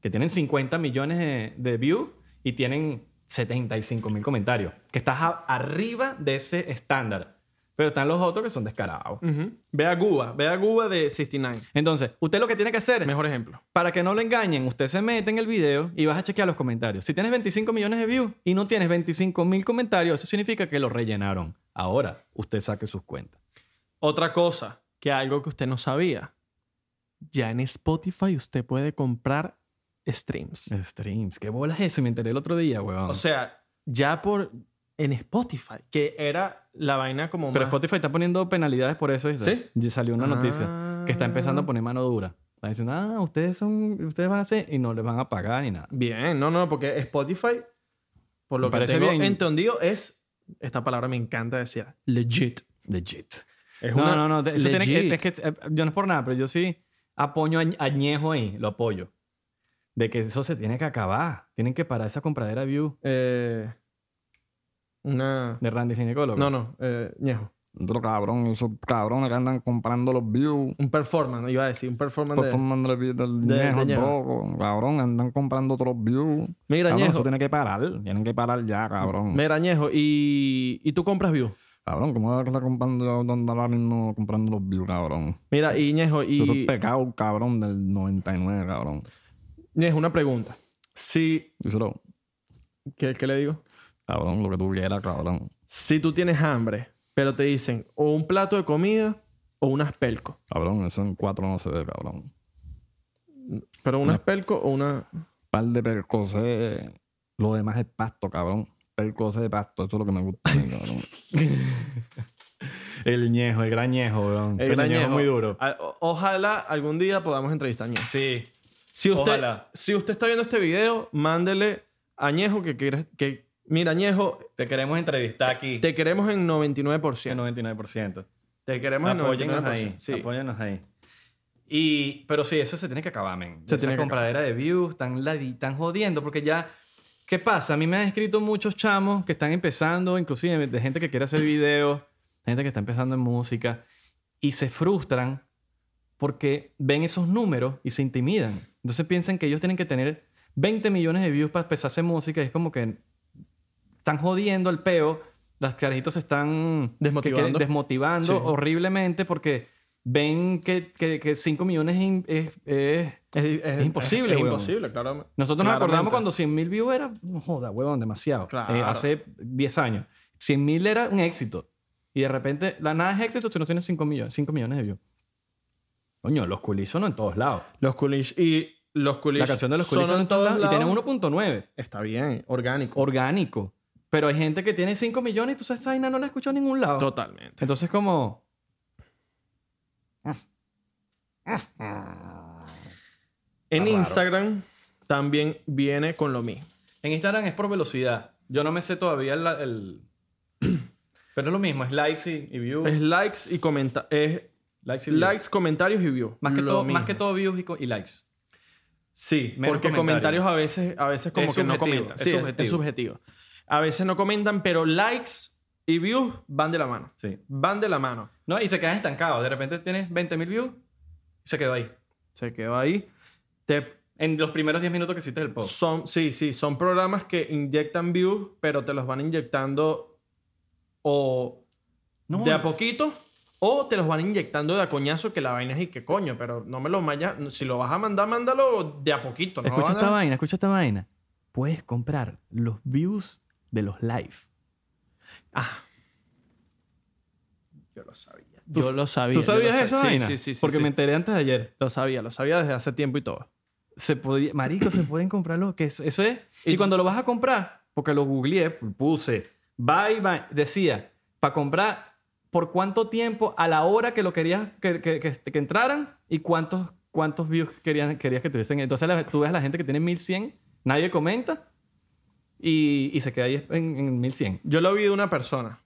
Speaker 1: Que tienen 50 millones de, de views y tienen 75 mil comentarios. Que estás a- arriba de ese estándar. Pero están los otros que son descarados.
Speaker 2: Ujú. Ve a Cuba, ve a Cuba de 69.
Speaker 1: Entonces, usted lo que tiene que hacer,
Speaker 2: Mejor ejemplo.
Speaker 1: para que no lo engañen, usted se mete en el video y vas a chequear los comentarios. Si tienes 25 millones de views y no tienes 25 mil comentarios, eso significa que lo rellenaron. Ahora, usted saque sus cuentas.
Speaker 2: Otra cosa, que algo que usted no sabía. Ya en Spotify usted puede comprar streams.
Speaker 1: Streams, qué bolas eso, me enteré el otro día, weón.
Speaker 2: O sea, ya por en Spotify, que era la vaina como
Speaker 1: Pero
Speaker 2: más-
Speaker 1: Spotify está poniendo penalidades por eso. ¿viste?
Speaker 2: ¿Sí?
Speaker 1: Y salió una
Speaker 2: Ah.
Speaker 1: noticia que está empezando a poner mano dura. Están diciendo, ah, ustedes, son, ustedes van a hacer y no les van a pagar ni nada.
Speaker 2: Bien, no, no, porque Spotify, por
Speaker 1: Me
Speaker 2: lo que
Speaker 1: parece
Speaker 2: tengo
Speaker 1: bien.
Speaker 2: entendido, es esta palabra me encanta decir, legit.
Speaker 1: Legit.
Speaker 2: Es
Speaker 1: no,
Speaker 2: una
Speaker 1: no, no, te- eso tiene que,
Speaker 2: legit.
Speaker 1: es que eh, yo no es por nada, pero yo sí apoyo añ- añejo ahí, lo apoyo. De que eso se tiene que acabar. Tienen que parar esa compradera view
Speaker 2: Eh, una...
Speaker 1: de Randy Ginecólogo.
Speaker 2: No, no, eh, ñejo.
Speaker 1: Otro cabrón, esos cabrones que andan comprando los views.
Speaker 2: Un performance, iba a decir, un performance
Speaker 4: pues,
Speaker 2: de...
Speaker 1: Tomando los views del
Speaker 2: de- de
Speaker 1: Ñejo,
Speaker 2: Ñejo.
Speaker 1: todo, Cabrón, andan comprando otros views.
Speaker 2: Mira,
Speaker 1: Cabrón,
Speaker 2: Ñejo.
Speaker 4: Mm.
Speaker 1: tiene que parar. Tienen que parar ya, cabrón.
Speaker 2: Mira, Ñejo, ¿y, y tú compras view?
Speaker 4: Cabrón, ¿cómo vas a estar comprando donde ahora mismo comprando los views, cabrón?
Speaker 2: Mira, Iñejo, y...
Speaker 4: Esto es pecado, cabrón, del 99, cabrón.
Speaker 2: Iñejo, una pregunta. Si...
Speaker 4: Díselo,
Speaker 2: ¿Qué, qué le digo?
Speaker 4: cabrón, lo que tú quieras, cabrón.
Speaker 2: Si tú tienes hambre, pero te dicen o un plato de comida o unas pelco.
Speaker 4: Cabrón, eso en cuatro no se ve, cabrón.
Speaker 2: Pero unas pelco o una...
Speaker 4: par de percocés. Lo demás es pasto, cabrón. Percocé de pasto, eso es lo que me gusta, a mí, cabrón.
Speaker 1: El ñejo, el gran ñejo, weón.
Speaker 2: El
Speaker 1: El
Speaker 2: gran
Speaker 1: ñejo
Speaker 2: eh, Ñejo.
Speaker 1: muy duro.
Speaker 2: A- o- Ojalá algún día podamos entrevistar a Ñejo.
Speaker 1: Sí.
Speaker 2: Si usted,
Speaker 1: Ojalá.
Speaker 2: si usted está viendo este video, mándele a Ñejo que, quiere- que mira, Ñejo,
Speaker 1: Te queremos entrevistar aquí.
Speaker 2: te queremos en 99%.
Speaker 1: 99%.
Speaker 2: Te queremos en 99%.
Speaker 1: Apóyennos ahí.
Speaker 2: Sí.
Speaker 1: Apóyennos ahí. Y, pero sí, eso se tiene que acabar, men.
Speaker 2: Se
Speaker 1: Esa
Speaker 2: tiene que
Speaker 1: compradera de views, tan, ladi- tan jodiendo, porque ya. ¿Qué pasa? A mí me han escrito muchos chamos que están empezando, inclusive de gente que quiere hacer videos, gente que está empezando en música, y se frustran porque ven esos números y se intimidan. Entonces piensan que ellos tienen que tener 20 millones de views para empezar a hacer música, y es como que están jodiendo al peo, las carajitos se están que
Speaker 2: Desmotivando.
Speaker 1: quieren- desmotivando
Speaker 2: Sí.
Speaker 1: horriblemente porque ven que, que, 5 millones es im- es- es-
Speaker 2: Es,
Speaker 1: imposible,
Speaker 2: Es,
Speaker 1: weón.
Speaker 2: imposible, claro.
Speaker 1: Nosotros nos acordamos cuando
Speaker 2: claramente.
Speaker 1: 100 mil views era, no joda, huevón, demasiado.
Speaker 2: Claro.
Speaker 1: Eh, hace 10 años. 100 mil era un éxito. Y de repente, la nada es éxito, tú no tienes 5 millones, 5 millones de views. Coño, los culisos no en todos lados.
Speaker 2: Los Coolish y los Coolish.
Speaker 1: La canción de los culisos
Speaker 2: son
Speaker 1: no en todos lados y tienen
Speaker 2: lados.
Speaker 1: 1.9.
Speaker 2: Está bien, orgánico.
Speaker 1: Orgánico. Pero hay gente que tiene 5 millones y tú sabes, esa vaina no la escuchó en ningún lado.
Speaker 2: Totalmente.
Speaker 1: Entonces, como.
Speaker 2: En Instagram también viene con lo mismo.
Speaker 1: En Instagram es por velocidad. Yo no me sé todavía el. el- Pero es lo mismo, es likes y, y views.
Speaker 2: Es likes y comentarios. Es
Speaker 1: likes y views.
Speaker 2: likes, comentarios y views.
Speaker 1: Más que,
Speaker 2: Lo
Speaker 1: todo, más
Speaker 2: mismo.
Speaker 1: que todo views y, co- y likes.
Speaker 2: Sí,
Speaker 1: Menos
Speaker 2: porque
Speaker 1: comentarios.
Speaker 2: comentarios a veces, a veces como
Speaker 1: Es
Speaker 2: que no
Speaker 1: subjetivo,
Speaker 2: comentan.
Speaker 1: es
Speaker 2: Sí, es
Speaker 1: subjetivo.
Speaker 2: es subjetivo. A veces no comentan, pero likes y views van de la mano.
Speaker 1: Sí.
Speaker 2: Van de la mano.
Speaker 1: No, y se quedan estancados. De repente tienes 20.000 views y se quedó ahí.
Speaker 2: Se quedó ahí. Te,
Speaker 1: En los primeros 10 minutos que hiciste el post.
Speaker 2: son, sí, sí, son programas que inyectan views, pero te los van inyectando o
Speaker 1: No,
Speaker 2: de a poquito o te los van inyectando de a coñazo que la vaina es y que coño, pero no me lo vayas. Si lo vas a mandar, mándalo de a poquito. No
Speaker 1: escucha
Speaker 2: van a-
Speaker 1: esta vaina, escucha esta vaina. Puedes comprar los views de los live.
Speaker 2: Ah. Yo lo sabía. Yo lo sabía.
Speaker 1: ¿Tú
Speaker 2: yo lo
Speaker 1: sabías
Speaker 2: sa-
Speaker 1: esa
Speaker 2: sí,
Speaker 1: vaina?
Speaker 2: Sí, sí, sí.
Speaker 1: Porque
Speaker 2: sí.
Speaker 1: me enteré antes de ayer.
Speaker 2: Lo sabía, lo sabía desde hace tiempo y todo.
Speaker 1: Se podía, marico, se pueden comprar lo que es- eso es. Y,
Speaker 2: Y-
Speaker 1: cuando lo vas a comprar, porque lo googleé, puse, bye, bye, decía, para comprar por cuánto tiempo, a la hora que lo querías que, que, que, que entraran y cuántos, cuántos views querían, querías que tuviesen. Entonces la- tú ves a la gente que tiene 1100, nadie comenta y, y se queda ahí en, en 1100.
Speaker 2: Yo lo vi de una persona.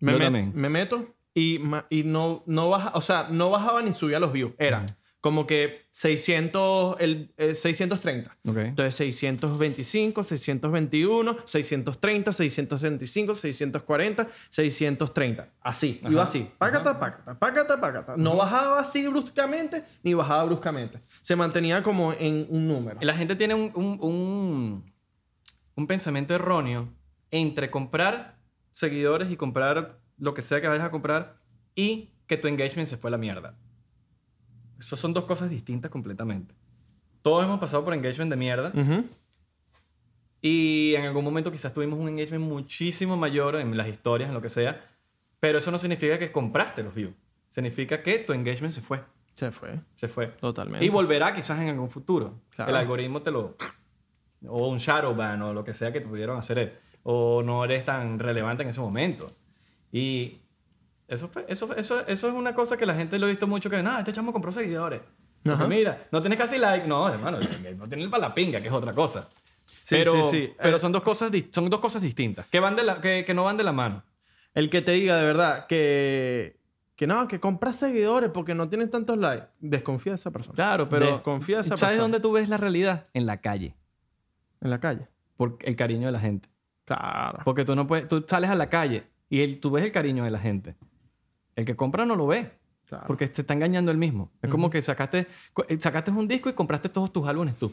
Speaker 2: Me,
Speaker 1: Yo
Speaker 2: met-
Speaker 1: también.
Speaker 2: me meto y, ma- y no, no baja, o sea, no bajaba ni subía los views. Era como que 600, el, eh, 630.
Speaker 1: Okay.
Speaker 2: Entonces 625, 621, 630, 635, 640, 630. Así, iba así. Pácata, pácata, pácata, pácata. No bajaba así bruscamente ni bajaba bruscamente. Se mantenía como en un número.
Speaker 1: La gente tiene un, un, un- un pensamiento erróneo entre comprar seguidores y comprar lo que sea que vayas a comprar y que tu engagement se fue a la mierda. Esas son dos cosas distintas completamente. Todos hemos pasado por engagement de mierda
Speaker 2: Ujú.
Speaker 1: y en algún momento quizás tuvimos un engagement muchísimo mayor en las historias, en lo que sea, pero eso no significa que compraste los views. Significa que tu engagement se fue.
Speaker 2: Se fue.
Speaker 1: Se fue.
Speaker 2: Totalmente.
Speaker 1: Y volverá quizás en algún futuro.
Speaker 2: Claro.
Speaker 1: El algoritmo te lo... O un shadow ban o lo que sea que te pudieron hacer. eh, O no eres tan relevante en ese momento. Y eso, fue- eso, fue- eso, eso es una cosa que la gente lo ha visto mucho que, no, este chamo compró seguidores. Porque
Speaker 2: Ajá.
Speaker 1: mira, no tienes casi like. No, hermano, no tienes para la pinga, que es otra cosa.
Speaker 2: Sí,
Speaker 1: pero,
Speaker 2: sí, sí.
Speaker 1: Pero
Speaker 2: Eh,
Speaker 1: son dos cosas, dis- son dos cosas distintas. Que, van de la, que, que no van de la mano.
Speaker 2: El que te diga de verdad que, que no, que compras seguidores porque no tienes tantos likes, desconfía de esa persona.
Speaker 1: Claro, pero...
Speaker 2: Desconfía de esa
Speaker 1: ¿Sabes
Speaker 2: persona.
Speaker 1: dónde tú ves la realidad? En la calle.
Speaker 2: En la calle.
Speaker 1: Por el cariño de la gente.
Speaker 2: Claro.
Speaker 1: Porque tú no puedes, tú sales a la calle y el- tú ves el cariño de la gente. El que compra no lo ve.
Speaker 2: Claro.
Speaker 1: Porque te está engañando él mismo. Es como que sacaste, co- eh, sacaste un disco y compraste todos tus álbumes tú.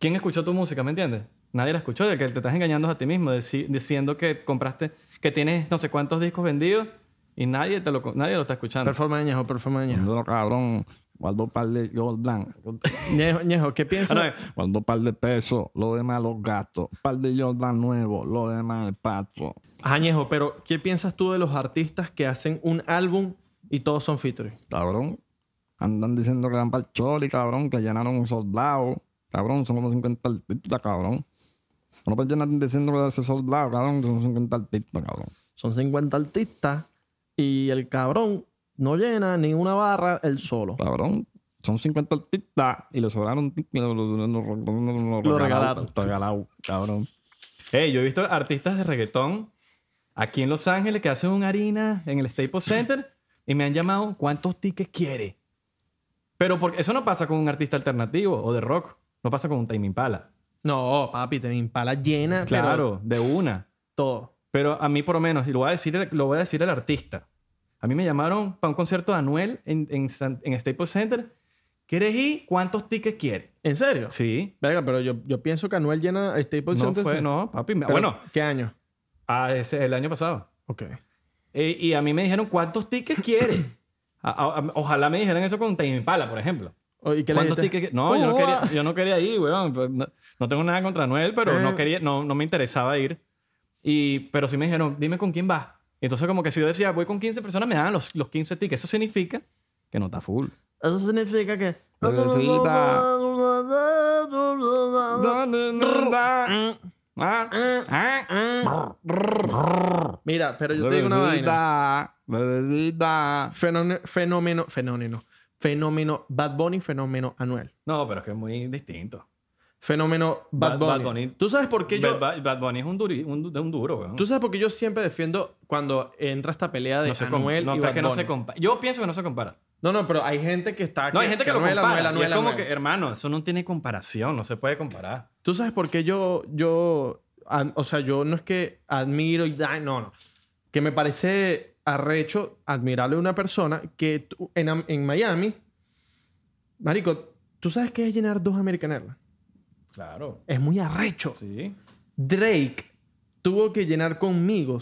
Speaker 1: ¿Quién escuchó tu música? ¿Me entiendes? Nadie la escuchó. El que te estás engañando es a ti mismo deci- diciendo que compraste, que tienes no sé cuántos discos vendidos y nadie, te lo, nadie lo está escuchando.
Speaker 2: Performance Ñejo, performance Ñejo.
Speaker 4: Cuando, cabrón, guardo un par de Jordan.
Speaker 2: Ñejo, Ñejo, ¿qué piensas?
Speaker 1: Ah,
Speaker 4: Guardo un par de pesos, lo demás los gastos. Un par de Jordan nuevo, lo demás el pasto.
Speaker 2: Ajá, Ñejo, pero ¿qué piensas tú de los artistas que hacen un álbum y todos son featuring?
Speaker 4: Cabrón, andan diciendo que dan para choli, cabrón, que llenaron un soldado. Cabrón, son como 50 artistas, cabrón. No puedes llenar diciendo que ese soldado, cabrón, son 50 artistas, cabrón.
Speaker 2: Son 50 artistas y el cabrón no llena ni una barra él solo.
Speaker 4: Cabrón, son 50 artistas y le sobraron tic- lo, lo- lo- lo- lo- lo-
Speaker 2: Lo regalaron.
Speaker 4: regalado, regalado, cabrón.
Speaker 1: Hey, yo he visto artistas de reggaetón aquí en Los Ángeles que hacen una harina en el Staples Center y me han llamado cuántos tickets quiere. Pero porque eso no pasa con un artista alternativo o de rock. No pasa con un Timing Pala.
Speaker 2: No, papi, te impala llena. pero
Speaker 1: Claro, de una.
Speaker 2: todo.
Speaker 1: Pero a mí por lo menos, y lo voy a decir, lo voy a decir al artista. A mí me llamaron para un concierto de Anuel en, en, San- en Staples Center. ¿Quieres ir? ¿Cuántos tickets quieres?
Speaker 2: ¿En serio?
Speaker 1: Sí.
Speaker 2: Verga, pero yo, yo pienso que Anuel llena Staples
Speaker 1: No
Speaker 2: Center.
Speaker 1: fue,
Speaker 2: sí.
Speaker 1: no, papi. me-
Speaker 2: Pues Pero,
Speaker 1: bueno,
Speaker 2: ¿Qué año?
Speaker 1: ah, ese- el año pasado.
Speaker 2: Ok.
Speaker 1: Eh, y a mí me dijeron, ¿cuántos tickets quieres? A- a- a- ojalá me dijeran eso con Tame Impala, por ejemplo.
Speaker 2: O- Oh, ¿Y qué le
Speaker 1: ¿Cuántos
Speaker 2: dijiste?
Speaker 1: tickets? qui- No, yo no, quería, yo no quería ir, weón. Pues, No, no tengo nada contra Noel, pero no quería, no, no me interesaba ir. Y, pero sí me dijeron, dime con quién vas. Y entonces como que si yo decía, voy con 15 personas, me daban los, los 15 tickets. Eso significa que no está full.
Speaker 2: Eso significa que.
Speaker 4: Ah,
Speaker 2: Mira, pero yo te digo una vaina.
Speaker 4: vaina.
Speaker 2: Fenómeno, fenómeno, fenómeno. Fenómeno Bad Bunny, fenómeno Anuel.
Speaker 1: No, pero es que es muy distinto.
Speaker 2: Fenómeno Bad
Speaker 1: Bad-
Speaker 2: Bunny.
Speaker 1: Bad Bunny.
Speaker 2: ¿Tú sabes por qué yo.?
Speaker 1: Bad, Bad- Bad Bunny es un, duri- un, du- un duro, weón.
Speaker 2: ¿Tú sabes por qué yo siempre defiendo cuando entra esta pelea de
Speaker 1: no se com-
Speaker 2: Anuel
Speaker 1: no,
Speaker 2: y
Speaker 1: pero es
Speaker 2: Bad
Speaker 1: que no
Speaker 2: Bunny?
Speaker 1: se compara. Yo pienso que no se compara.
Speaker 2: No, no, pero hay gente que está...
Speaker 1: No, hay gente que, lo
Speaker 2: Anuel,
Speaker 1: compara.
Speaker 2: Anuel,
Speaker 1: y es
Speaker 2: Anuel,
Speaker 1: como
Speaker 2: Anuel.
Speaker 1: que, hermano, eso no tiene comparación, no se puede comparar.
Speaker 2: ¿Tú sabes por qué yo... yo ad- o sea, yo no es que admiro y... da- No, no. Que me parece arrecho admirable a una persona que tú- en, Am- en Miami... Marico, ¿tú sabes qué es llenar dos American Airlines?
Speaker 1: Claro,
Speaker 2: Es muy arrecho.
Speaker 1: sí.
Speaker 2: Drake tuvo que llenar conmigo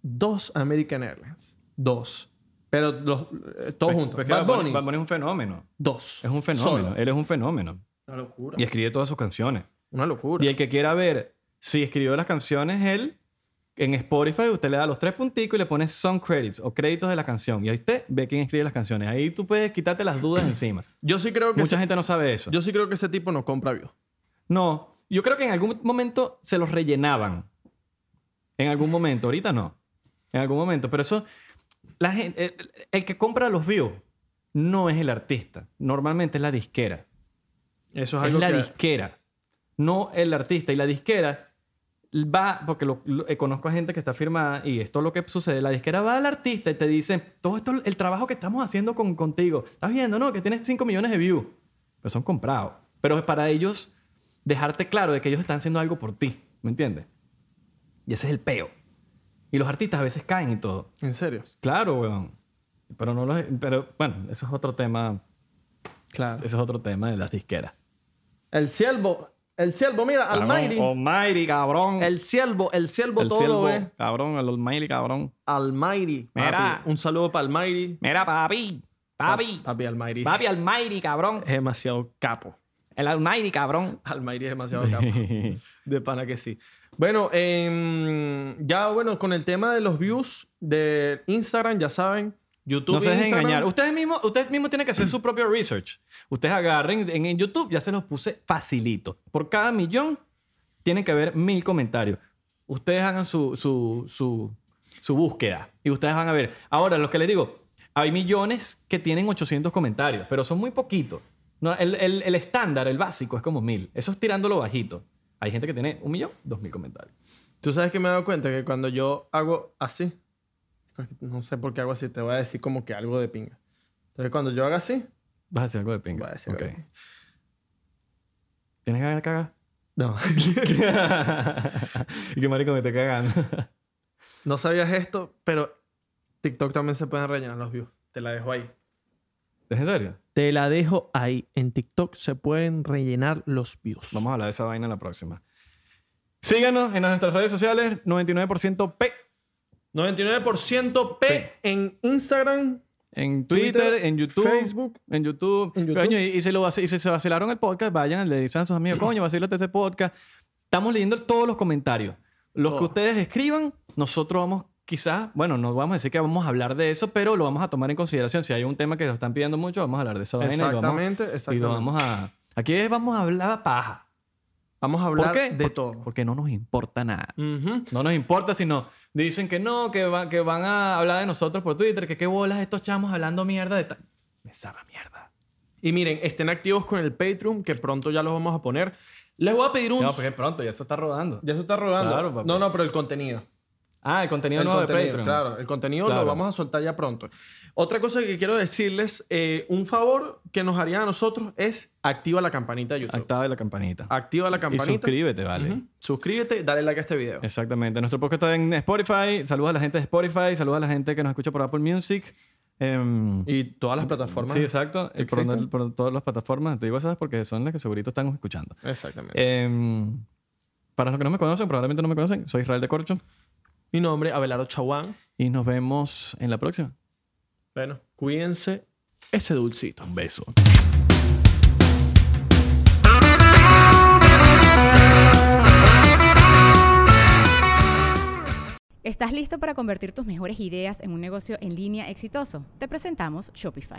Speaker 2: dos American Airlines. Dos. Pero los, eh, todos
Speaker 1: Pues-
Speaker 2: juntos.
Speaker 1: pues que
Speaker 2: Bad Bunny,
Speaker 1: Bad Bunny es un fenómeno.
Speaker 2: dos.
Speaker 1: Es un fenómeno. eh.
Speaker 2: Solo.
Speaker 1: Él es un fenómeno.
Speaker 2: Una locura.
Speaker 1: Y escribe todas sus canciones.
Speaker 2: Una locura.
Speaker 1: Y el que quiera ver si escribió las canciones, él, en Spotify, usted le da los tres punticos y le pone song credits o créditos de la canción. Y ahí usted ve quién escribe las canciones. Ahí tú puedes quitarte las dudas encima.
Speaker 2: Yo sí creo que
Speaker 1: Mucha
Speaker 2: ese,
Speaker 1: gente no sabe eso.
Speaker 2: yo sí creo que ese tipo no compra views.
Speaker 1: No, yo creo que en algún momento se los rellenaban. En algún momento, ahorita no. En algún momento, pero eso la gente el, el que compra los views no es el artista, normalmente es la disquera.
Speaker 2: Eso
Speaker 1: Es la disquera, no el artista y la disquera va porque lo, lo- eh, conozco a gente que está firmada y esto es lo que sucede, la disquera va al artista y te dice, "Todo esto el trabajo que estamos haciendo con contigo, estás viendo, ¿no? Que tienes 5 millones de views." Pero son comprados. Pero es para ellos dejarte claro de que ellos están haciendo algo por ti, ¿me entiendes? Y ese es el peo. Y los artistas a veces caen y todo.
Speaker 2: En serio.
Speaker 1: Claro, weón. Pero no los pero bueno, eso es otro tema,
Speaker 2: Claro.
Speaker 1: eso es otro tema de las disqueras.
Speaker 2: El siervo. El siervo, mira, Almighty.
Speaker 1: Almighty, cabrón.
Speaker 2: El siervo, el siervo
Speaker 4: El
Speaker 2: todo lo ve.
Speaker 4: siervo, cabrón, el Almighty, cabrón.
Speaker 2: Almighty.
Speaker 4: Mira.
Speaker 2: Papi, un saludo para Almighty.
Speaker 4: Mira, papi, papi,
Speaker 2: Papi, Almighty.
Speaker 4: papi, Almighty, cabrón.
Speaker 2: Es demasiado capo.
Speaker 4: El Almighty, cabrón.
Speaker 2: Almighty es demasiado capo. De pana que sí. Bueno, em, ya bueno, con el tema de los views de Instagram, ya saben, YouTube.
Speaker 1: No se dejen
Speaker 2: Instagram,
Speaker 1: engañar. Ustedes mismos, ustedes mismos tienen que hacer su propio research. Ustedes agarren en, en YouTube, ya se los puse facilito. Por cada millón tienen que haber mil comentarios. Ustedes hagan su, su, su, su búsqueda y ustedes van a ver. Ahora, los que les digo, hay millones que tienen 800 comentarios, pero son muy poquitos. No, el, el- el estándar, el básico, es como mil. Eso es tirándolo bajito. Hay gente que tiene un millón, dos mil comentarios.
Speaker 2: Tú sabes que me he dado cuenta que cuando yo hago así, no sé por qué hago así, te voy a decir como que algo de pinga. Entonces, cuando yo haga así,
Speaker 1: Vas a hacer algo de pinga.
Speaker 2: Voy a decir algo de
Speaker 1: Ok.
Speaker 2: pinga.
Speaker 1: ¿Tienes ganas de cagar?
Speaker 2: no.
Speaker 1: y que marico me esté cagando.
Speaker 2: no sabías esto, pero TikTok también se pueden rellenar los views. Te la dejo ahí.
Speaker 1: ¿Es en serio?
Speaker 2: Te la dejo ahí. En TikTok se pueden rellenar los views.
Speaker 1: Vamos a hablar de esa vaina en la próxima. Síganos en nuestras redes sociales, 99% P.
Speaker 2: 99% P en Instagram.
Speaker 1: En Twitter,
Speaker 5: Twitter,
Speaker 1: en YouTube.
Speaker 5: Facebook.
Speaker 1: En YouTube.
Speaker 5: En YouTube.
Speaker 1: Coño, y, y se lo, vaci- y se, se vacilaron el podcast, vayan, le dicen a sus amigos, coño, vacílate ese podcast. Estamos leyendo todos los comentarios. Los que ustedes escriban, nosotros vamos quizás, bueno, no vamos a decir que vamos a hablar de eso, pero lo vamos a tomar en consideración. Si hay un tema que nos están pidiendo mucho, vamos a hablar de esa vaina. y lo vamos-
Speaker 2: Exactamente,
Speaker 1: Y lo
Speaker 2: exactamente.
Speaker 1: vamos a... Aquí es, vamos a hablar paja.
Speaker 2: Vamos a
Speaker 1: ¿Por
Speaker 2: hablar
Speaker 1: qué?
Speaker 2: de
Speaker 1: Por-
Speaker 2: todo.
Speaker 1: Porque no nos importa nada.
Speaker 2: Ujú.
Speaker 1: No nos importa si no dicen que no, que, va- que van a hablar de nosotros por Twitter, que qué bolas estos chamos hablando mierda de tal. Me sabe a mierda.
Speaker 2: Y miren, estén activos con el Patreon, que pronto ya los vamos a poner. Les voy a pedir un...
Speaker 6: No, porque pronto, ya se está rodando.
Speaker 2: Ya se está rodando.
Speaker 6: Claro, papá.
Speaker 2: no, no, pero el contenido.
Speaker 6: Ah, el contenido
Speaker 2: El
Speaker 6: nuevo de
Speaker 2: contenido,
Speaker 6: Patreon.
Speaker 2: claro, el contenido
Speaker 6: Claro.
Speaker 2: lo vamos a soltar ya pronto. Otra cosa que quiero decirles, eh, un favor que nos harían a nosotros es activa la campanita de YouTube.
Speaker 1: Activa la campanita.
Speaker 2: Activa Ah, la
Speaker 1: Y
Speaker 2: campanita.
Speaker 1: suscríbete, vale.
Speaker 2: Ujú. Suscríbete, dale like a este video.
Speaker 1: Exactamente. Nuestro podcast está en Spotify. Saludos a la gente de Spotify. Saludos a la gente que nos escucha por Apple Music. Em,
Speaker 2: Y todas las plataformas.
Speaker 1: sí, exacto. Eh, Por,
Speaker 2: ¿Existen?
Speaker 1: donde- por todas las plataformas. Te digo esas porque son las que segurito están escuchando.
Speaker 2: Exactamente.
Speaker 1: Em, para los que no me conocen, probablemente no me conocen, soy Israel de Corcho.
Speaker 2: Mi nombre, Abelardo Chaguán.
Speaker 1: Y nos vemos en la próxima.
Speaker 2: Bueno, cuídense ese dulcito.
Speaker 1: Un beso.
Speaker 7: ¿Estás listo para convertir tus mejores ideas en un negocio en línea exitoso? Te presentamos Shopify.